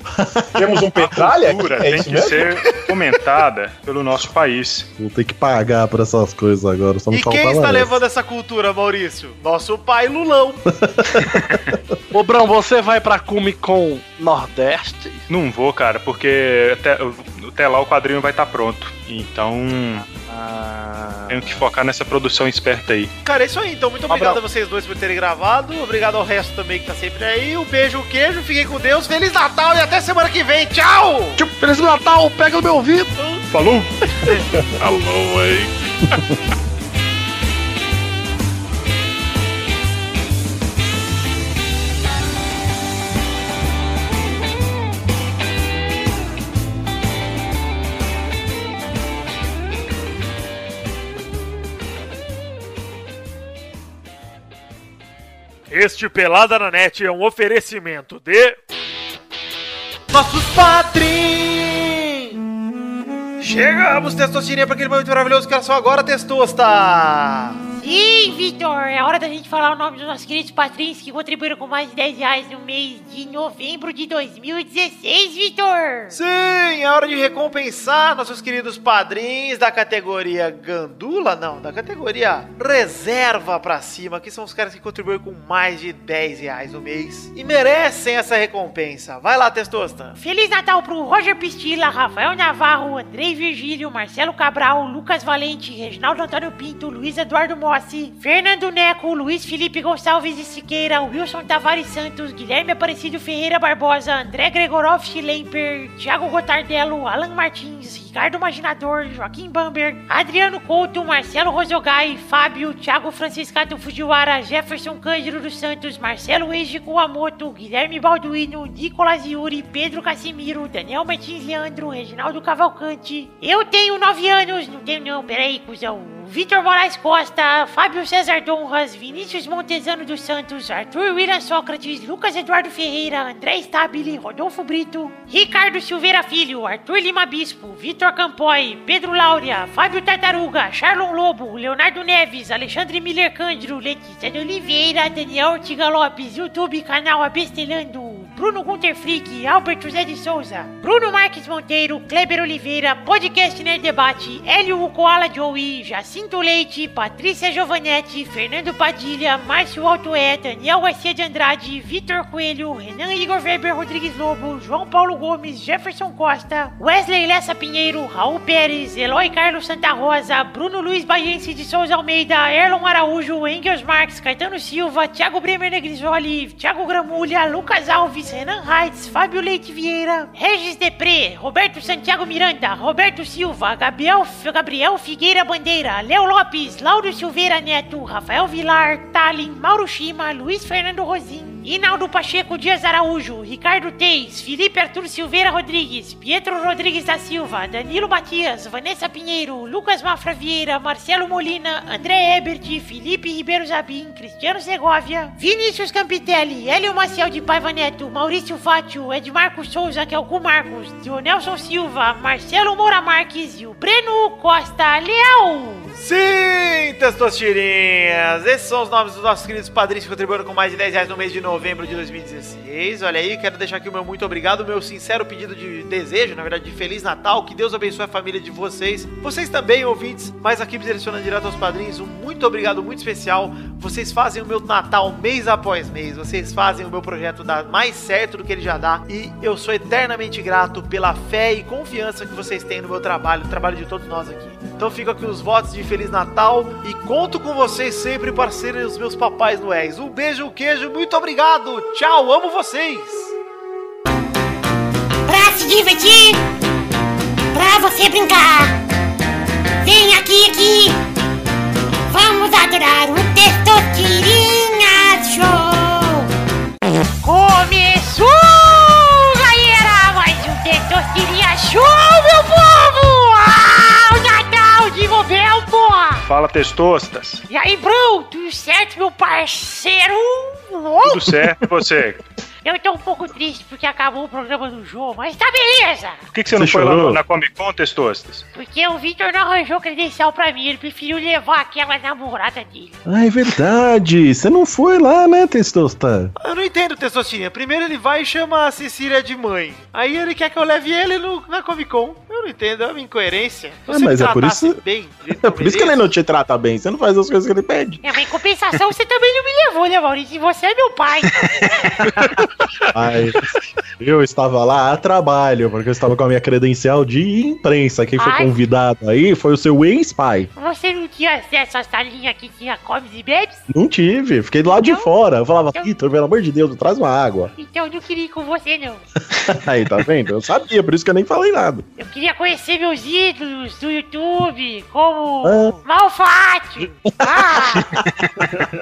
E: Temos um petralha?
F: cultura
E: É
F: tem
E: isso
F: que
E: mesmo?
F: ser fomentada pelo nosso país.
B: Vou ter que pagar por essas coisas agora. Só me
C: E quem
B: faltava
C: está
B: essa.
C: levando essa cultura, Maurício? Nosso pai Lulão.
D: Ô, Brão, você vai pra Comic Con Nordeste?
F: Não vou, cara, porque até, até lá o quadrinho vai estar pronto. Então, tenho que focar nessa produção esperta aí.
C: Cara, é isso aí. Então, muito obrigado a vocês dois por terem gravado. Obrigado ao resto também que tá sempre aí. Um beijo, um queijo. Fiquem com Deus. Feliz Natal e até semana que vem. Tchau!
D: Tipo, Feliz Natal, pega no meu ouvido!
F: Falou? Falou, aí.
K: Este Pelada na Net é um oferecimento de.
C: Nossos patrins! Chegamos, Testosterinha, para aquele momento maravilhoso que era só agora, Testosta!
G: Sim, Vitor, é hora da gente falar o nome dos nossos queridos patrins que contribuíram com mais de 10 reais no mês de novembro de 2016, Vitor!
C: Sim, é hora de recompensar nossos queridos padrinhos da categoria Gandula, não, da categoria Reserva pra cima, que são os caras que contribuem com mais de 10 reais no mês e merecem essa recompensa. Vai lá, Testosta!
G: Feliz Natal pro Roger Pistila, Rafael Navarro, Andrei Virgílio, Marcelo Cabral, Lucas Valente, Reginaldo Antônio Pinto, Luiz Eduardo Mossi, Fernando Neco, Luiz Felipe Gonçalves de Siqueira, Wilson Tavares Santos, Guilherme Aparecido Ferreira Barbosa, André Gregorov Schlemper, Thiago Gotardello, Alan Martins, Ricardo Maginador, Joaquim Bamber, Adriano Couto, Marcelo Rosogai, Fábio, Thiago Franciscato Fujiwara, Jefferson Cândido dos Santos, Marcelo Eiji Kuamoto, Guilherme Balduino, Nicolas Yuri, Pedro Casimiro, Daniel Martins Leandro, Reginaldo Cavalcante. Eu tenho nove anos, não tenho não, peraí, cuzão. Vitor Moraes Costa, Fábio César Donras, Vinícius Montezano dos Santos, Arthur William Sócrates, Lucas Eduardo Ferreira, André Stabile, Rodolfo Brito, Ricardo Silveira Filho, Arthur Lima Bispo, Vitor Campoy, Pedro Laura, Fábio Tartaruga, Charlon Lobo, Leonardo Neves, Alexandre Miller Cândido, Letícia de Oliveira, Daniel Ortiga Lopes, YouTube, canal Abestelando, Bruno Gunter Frick, Albert José de Souza, Bruno Marques Monteiro, Kleber Oliveira, Podcast Nerd Debate, Hélio Koala Joey, Jacinto Leite, Patrícia Giovanetti, Fernando Padilha, Márcio Altoé, Daniel Garcia de Andrade, Vitor Coelho, Renan Igor Weber Rodrigues Lobo, João Paulo Gomes, Jefferson Costa, Wesley Lessa Pinheiro, Raul Pérez, Eloy Carlos Santa Rosa, Bruno Luiz Baiense de Souza Almeida, Erlon Araújo, Engels Marques, Caetano Silva, Thiago Bremer Negrisoli, Thiago Gramulha, Lucas Alves, Renan Reitz, Fábio Leite Vieira, Regis Depré, Roberto Santiago Miranda, Roberto Silva, Gabriel, Gabriel Figueira Bandeira, Léo Lopes, Lauro Silveira Neto, Rafael Vilar, Talin, Mauro Shima, Luiz Fernando Rosim, Inaldo Pacheco Dias Araújo, Ricardo Teis, Felipe Arthur Silveira Rodrigues, Pietro Rodrigues da Silva, Danilo Matias, Vanessa Pinheiro, Lucas Mafra Vieira, Marcelo Molina, André Ebert, Felipe Ribeiro Zabim, Cristiano Segovia, Vinícius Campitelli, Hélio Maciel de Paiva Neto, Maurício Fátio, Edmarco Souza, que é o Marcos, Dionelson Silva, Marcelo Moura Marques e o Breno Costa Leão.
C: Sim, testosterinhas! Esses são os nomes dos nossos queridos padrinhos que contribuíram com mais de 10 reais no mês de novembro de 2016. Olha aí, quero deixar aqui o meu muito obrigado, o meu sincero pedido de desejo, na verdade, de Feliz Natal. Que Deus abençoe a família de vocês. Vocês também, ouvintes, mas aqui me direcionando direto aos padrinhos, um muito obrigado muito especial. Vocês fazem o meu Natal mês após mês. Vocês fazem o meu projeto dar mais certo do que ele já dá. E eu sou eternamente grato pela fé e confiança que vocês têm no meu trabalho, o trabalho de todos nós aqui. Então fico aqui os votos de Feliz Natal e conto com vocês sempre para serem os meus papais noéis. Um beijo, um queijo, muito obrigado. Tchau, amo vocês.
G: Pra se divertir, pra você brincar. Vem aqui, aqui. Vamos adorar o Testosterinhas Show. Começou, galera, mais um Testosterinhas Show, meu povo. Ah, o Natal de Bobel, porra.
F: Fala, testostas.
G: E aí, Bruno, tudo certo, meu parceiro? Uou.
F: Tudo certo, e você?
G: Eu tô um pouco triste porque acabou o programa do João, mas tá beleza!
F: Por que, que você não
B: Você
F: foi lá
B: chorou?
F: na Comic Con, testostas?
G: Porque o Victor não arranjou credencial pra mim, ele preferiu levar aquela namorada dele.
B: Ah, é verdade. Você não foi lá, né, Testosta?
C: Eu não entendo, Testosterinha. Primeiro ele vai e chama a Cecília de mãe. Aí ele quer que eu leve ele no, na Comic Con. Eu não entendo, é uma incoerência. Se
B: Ah,
C: você
B: mas
C: me
B: é por
C: tratasse
B: isso-
C: Bem, do jeito
B: É por isso que
C: eu
B: ele
C: mereço-
B: não te trata bem. Você não faz as coisas que ele pede.
G: É, mas em compensação você também não me levou, né, Maurício? E Você é meu pai.
B: Mas eu estava lá a trabalho, porque eu estava com a minha credencial de imprensa. Quem foi
G: Ai.
B: convidado aí foi o seu ex-pai.
G: Você não tinha acesso à salinha que tinha comes e bebes?
B: Não tive, fiquei do lado de
G: Então-
B: fora. Eu falava,
G: então-
B: Vitor, pelo amor de Deus, não traz uma água.
G: Então eu não queria ir com você, não.
B: Aí, tá vendo? Eu sabia, por isso que eu nem falei nada.
G: Eu queria conhecer meus ídolos do YouTube, como
B: Ah.
G: Malfátio. Ah,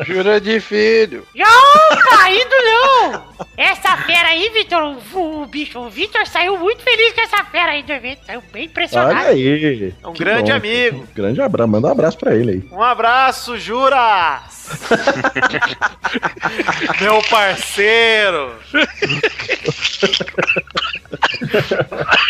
D: Jura de filho.
G: já opa, ídolo! Essa fera aí, Vitor, o, o bicho, o Vitor saiu muito feliz com essa fera aí do evento, saiu bem impressionado.
B: Olha aí.
C: É um
B: que
C: grande
B: bom.
C: amigo.
B: Grande abraço, manda um abraço pra ele aí.
C: Um abraço, Jura! Meu parceiro!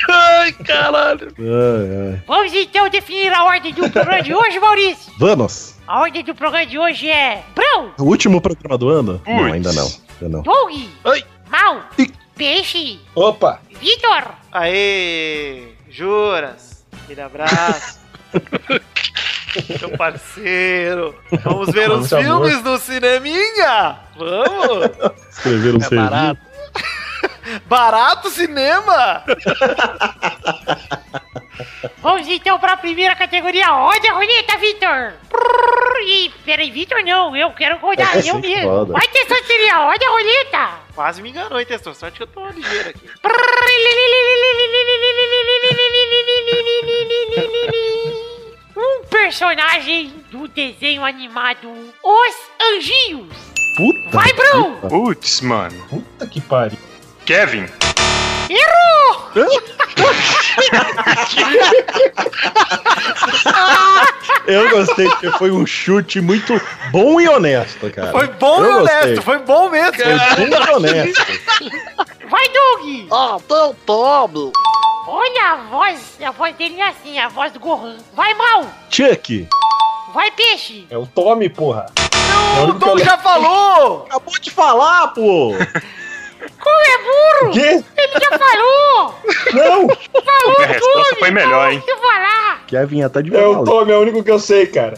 D: Ai, caralho.
B: Ai, ai.
G: Vamos então definir a ordem do programa de hoje, Maurício.
B: Vamos!
G: A ordem do programa de hoje é Brão,
B: O último programa do ano? Não,
F: Puts.
B: ainda não. Ainda não.
G: Doug,
D: Oi.
G: Mal,
B: Ih.
G: Peixe,
E: Opa!
G: Vitor.
C: Aê! Juras! Aquele abraço! Meu parceiro! Vamos ver
E: Com
C: os
E: muito amor.
C: filmes no cineminha! Vamos!
B: Escreveram um
C: É
B: serviço.
C: barato. Barato cinema!
G: Vamos então para a primeira categoria. Roda a roleta, Vitor. E peraí, Vitor, não. Eu quero rodar,
B: Nossa,
G: eu
B: que
G: mesmo.
B: É, foda.
G: Vai ter sorteio, roda a roleta.
C: Quase me enganou, hein, Testor? Sorte que eu tô ligeiro aqui.
G: Um personagem do desenho animado Os Anjinhos.
B: Puta!
G: Vai,
B: que
G: Bruno!
B: pariu.
F: Putz, mano.
E: Puta que pariu.
F: Kevin.
G: Errou!
B: Eu gostei, porque foi um chute muito bom e honesto, cara.
C: Foi bom,
B: Eu
C: meu
B: gostei.
C: honesto, foi bom mesmo.
B: Foi bom e honesto.
G: Vai, Doug!
A: Ah, teu Pablo.
G: Olha a voz, a voz dele é assim, a voz do Gohan. Vai, Mal!
B: Chuck,
G: Vai, Peixe!
E: É o Tommy, porra. É
C: Não, o
E: único que
C: Dom
E: eu
C: já falou!
B: acabou de falar, pô!
G: Como é burro!
E: Quê?
G: Ele já falou!
E: Não!
G: Falou
F: A resposta
G: tudo,
F: foi
G: então
F: melhor, hein?
G: Se falar!
B: Kevin até tá de
E: É o Tommy, é o único que eu sei, cara.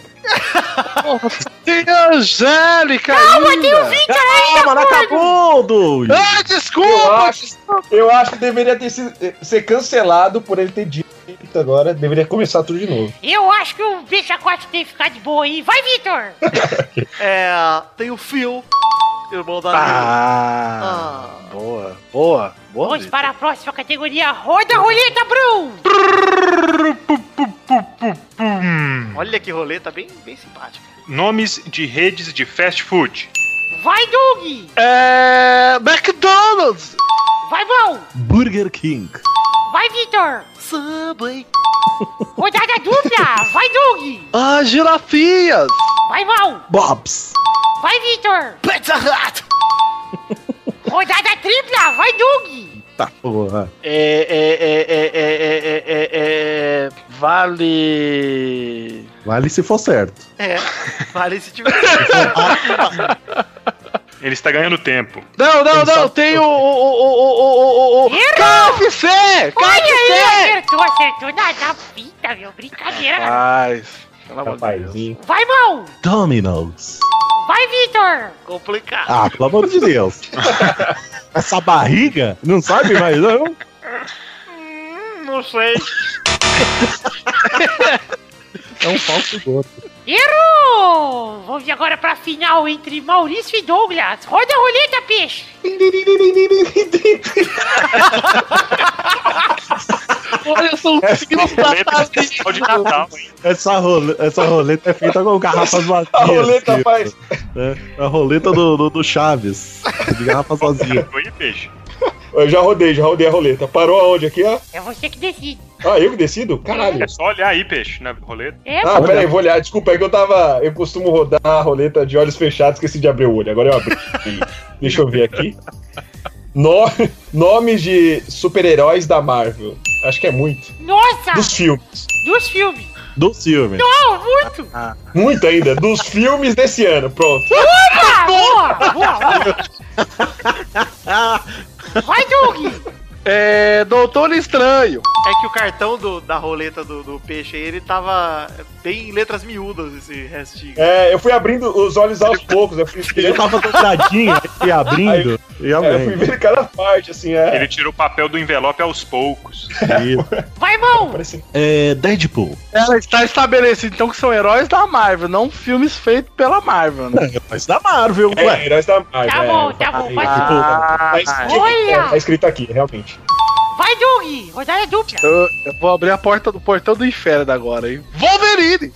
D: Tem a Angélica
G: Calma,
D: ainda.
G: tem um o Victor ainda,
B: Calma, não acabou, Doug!
D: Ah,
E: Eu
D: desculpa.
E: acho, eu acho que deveria ter sido, ser cancelado por ele ter dito agora. Deveria começar tudo de novo.
G: Eu acho que o Bichacote tem que ficar de boa aí. Vai, Victor!
C: É, tem o Phil, irmão da Lily.
B: Ah,
C: Ah.
D: Boa, boa, boa.
G: Vamos para a próxima categoria. Roda a roleta, Bruno!
L: tá
C: Olha que roleta bem, bem simpática.
F: Nomes de redes de fast food.
G: Vai, Doug!
D: É. McDonald's!
G: Vai, Val!
B: Burger King.
G: Vai, Vitor!
D: Subway!
G: Rodada dupla! Vai, Doug!
D: Ah, girafias!
G: Vai, Val!
B: Bob's.
G: Vai, Vitor!
D: Pizza Hut!
G: Rodada tripla! Vai, Doug!
B: Tá porra.
D: É, é, é, é, é, é, é, é, é. Vale.
B: Vale se for certo.
L: É, vale se tiver.
F: Ele está ganhando tempo.
D: Não, não, não, tem o. o, o, o, o, o, o...
G: Errou!
D: KFC!
G: Olha aí!
D: KFC!
G: Acertou, acertou na, na fita, meu. Brincadeira.
D: Rapaz, pelo amor de Deus.
B: Rapazinho.
G: Vai, Val!
B: Domino's.
G: Vai, Vitor!
L: Complicado.
B: Ah, pelo amor de Deus. Essa barriga não sabe mais, não?
L: Hum, não sei.
B: É um falso gordo.
G: Errou! Vamos agora pra final entre Maurício e Douglas. Roda a roleta, peixe!
D: Olha, são os signos natalinos.
F: Especial de Natal, hein?
B: Essa, role- essa roleta é feita com garrafas vazias.
E: A roleta
B: tipo,
E: faz.
B: né? A roleta do, do, do Chaves. De garrafas vazias.
F: Foi, peixe.
E: Eu já rodei, já rodei a roleta. Parou aonde aqui, ó?
G: É você que decide.
E: Ah, eu que decido? Caralho.
F: É só olhar aí, peixe, na roleta.
G: É,
E: Ah, pera aí, vou olhar. Desculpa, é que eu tava. Eu costumo rodar a roleta de olhos fechados, esqueci de abrir o olho. Agora eu abri. Deixa eu ver aqui. No... Nomes de super-heróis da Marvel. Acho que é muito.
G: nossa!
E: Dos filmes.
G: Dos filmes.
B: Do filme.
G: Não, muito!
E: Ah. Muito ainda. Dos filmes desse ano. Pronto.
G: Ah, boa, boa, boa! Vai, Doug!
D: É. Doutor Estranho.
L: É que o cartão do- da roleta do, do peixe aí, ele tava bem em letras miúdas, esse restinho.
E: É, eu fui abrindo os olhos aos poucos. Eu fui,
B: Ele tá tava dobradinho e abrindo. E
E: é, eu fui
B: alguém.
E: vendo cada parte, assim. É.
F: Ele tirou o papel do envelope aos poucos.
B: Isso.
G: Vai, mão!
E: Parece...
B: É, Deadpool.
D: Ela está estabelecida, então, que são heróis da Marvel, não filmes feitos pela Marvel, né?
B: É, Mas da Marvel,
E: É,
B: ué.
E: heróis da Marvel.
G: Tá
E: é.
G: bom, tá bom,
B: aí,
G: pode
B: tipo,
E: Tá escrito,
G: Olha!
E: é, tá escrito aqui, realmente.
G: Vai, Doug! Rodada dupla!
D: Eu, eu vou abrir a porta do portão do inferno agora, hein? Wolverine!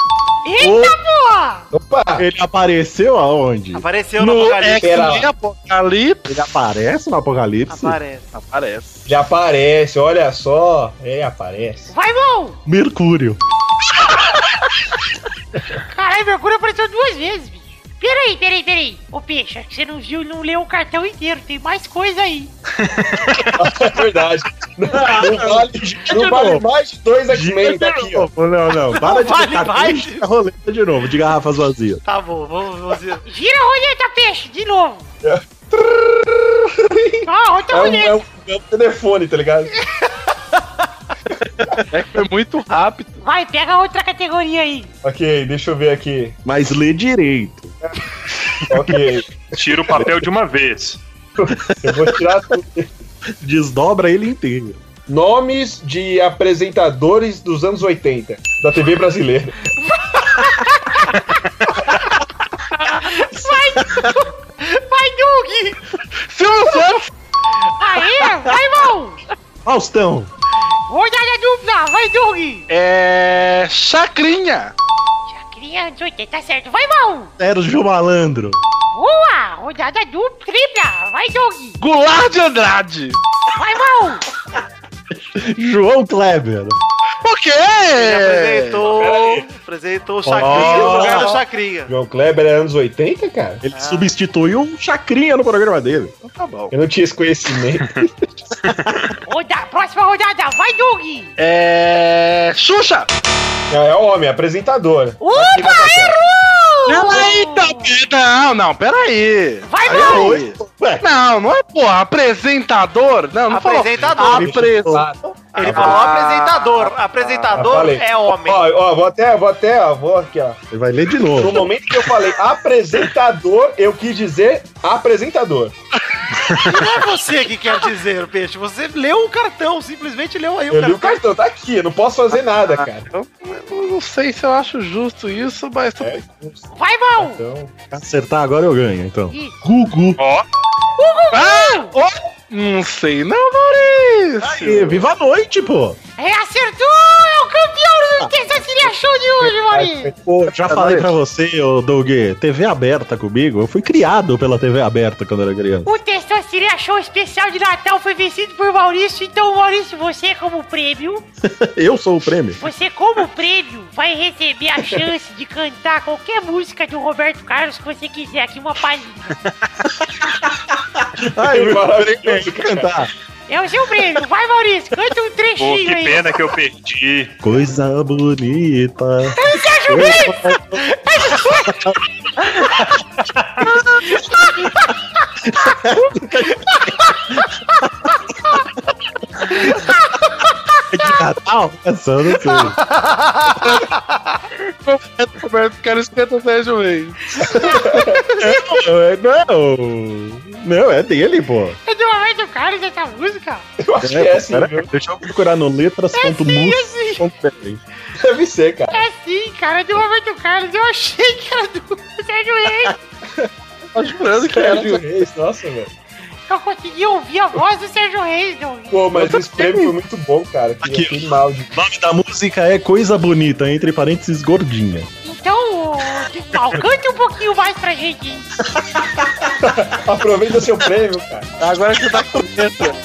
G: Eita, boa!
E: Opa!
B: Ele apareceu aonde?
L: Apareceu no apocalipse.
D: X-Men Apocalipse
B: Ele aparece no Apocalipse?
L: Aparece.
D: aparece.
E: Já aparece, olha só. É, aparece.
G: Vai, mão!
B: Mercúrio.
G: Caralho, Mercúrio apareceu duas vezes, bicho. Peraí, peraí, peraí. Ô, peixe, acho que você não viu e não leu o cartão inteiro. Tem mais coisa aí.
E: É verdade. Ah, Não, vale, não vale mais de dois X-Men daqui, ó.
B: Não, não. Para de
L: Vale
B: ficar
L: mais.
B: com a roleta de novo, de garrafas vazias.
L: Tá bom, vamos, vamos ver.
G: Gira a roleta, peixe, de novo. Ó, outra
E: É um,
G: roleta.
E: é um- é um telefone, tá ligado?
D: É que foi muito
E: um-
D: rápido.
G: Vai, pega outra categoria aí.
E: Ok, deixa eu ver aqui.
B: Mas lê direito.
E: Ok,
F: Tira o papel de uma vez.
E: eu vou tirar tudo.
B: Desdobra ele inteiro.
E: nomes de apresentadores dos anos 80 da TV brasileira.
G: Vai, Doug!
D: Silvio Santos!
G: Aê, vai, mão!
B: Faustão.
G: Rodada dupla, vai, Doug!
D: É. Chacrinha!
G: Chacrinha, 80, tá certo. Vai, mão!
B: Sérgio Malandro.
G: Boa! Rodada dupla, tripla, vai, Doug!
D: Goulart de Andrade!
G: Vai, mão!
B: João Kleber.
D: O quê? É.
L: Ele apresentou, apresentou o Chacrinha no lugar do Chacrinha.
E: João Kleber era anos 80, cara?
B: Ele substituiu o Chacrinha no programa dele.
D: Então tá bom.
E: Eu não tinha esse conhecimento.
G: Roda, próxima rodada, vai, Doug!
D: É. Xuxa!
E: Não, é homem, apresentador.
L: é
G: Opa, errou!
D: Peraí, não, não, peraí.
G: Vai,
E: é
D: Aí,
G: mão!
D: aí. Não, não é, porra, apresentador? Não, não falou. Ah,
L: Apresentador.
D: Apresentador.
L: Ele falou apresentador. Apresentador
E: Ah, falei.
L: é homem.
E: Ó, ó, vou até, vou até, ó, vou aqui, ó.
B: Ele vai ler de
E: No
B: novo.
E: momento que eu falei apresentador, eu quis dizer apresentador.
L: Não é você que quer dizer, peixe. Você leu o cartão, simplesmente leu aí o
E: Eu li o
L: cartão.
E: cartão, tá aqui, eu não posso fazer nada, cara.
D: Eu, eu não sei se eu acho justo isso, mas tudo
E: É,
G: Vai, mão!
E: então.
B: Acertar agora eu ganho, então.
G: Ih.
B: Gugu.
F: Ó,
D: Ah! Ó, Não sei não, Maurício!
B: Aê, viva a noite, pô.
G: É, acertou! É o campeão do Terça Seria show de hoje, Marinho?
B: Pô, já falei pra você, ô Doug, TV aberta comigo. Eu fui criado pela TV aberta quando era criança.
G: O Testosteria Show um Especial de Natal foi vencido por Maurício. Então, Maurício, você como prêmio,
B: Eu sou o prêmio.
G: você como prêmio vai receber a chance de cantar qualquer música do Roberto Carlos que você quiser aqui, uma palhinha.
B: Ai, Ah, eu maravilhoso cantar.
G: É o seu prêmio. Vai, Maurício, canta um
F: Pô, que
G: trechinho aí.
F: pena que eu perdi.
B: Coisa bonita. É
G: Sérgio Mendes!
B: É de Natal? Essa eu não sei.
D: Roberto Carlos canta Sérgio Reis.
B: Não, é- não. Não, é dele, pô.
G: É do Roberto Carlos essa música.
E: Eu acho que é, sim,
B: Pera,
E: viu?
B: Deixa eu procurar no letras.mus.br.
E: Deve ser, cara.
G: É sim, cara, é do Roberto Carlos. Eu achei que era do Sérgio Reis.
D: Tô jurando que era.
E: Sérgio Reis, nossa, velho.
G: Eu consegui ouvir a voz do Sérgio Reis, Doug.
E: Pô, mas esse prêmio foi muito bom, cara. Que
B: Aqui,
E: eu fiquei mal de
B: O nome da música é Coisa Bonita, entre parênteses, gordinha.
G: Então, mal, canta um pouquinho mais pra gente. hein?
E: Aproveita seu prêmio, cara.
D: Agora que você tá comendo.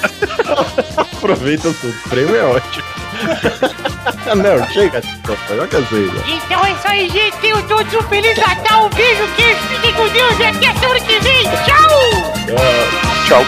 B: Aproveita tudo, o prêmio é ótimo. não, chega, desculpa, já cansei. já.
G: Então é isso aí, gente. Tenham todos um feliz Natal. Um É beijo, queijo. Fiquem com Deus e até semana que vem. Tchau!
F: Tchau.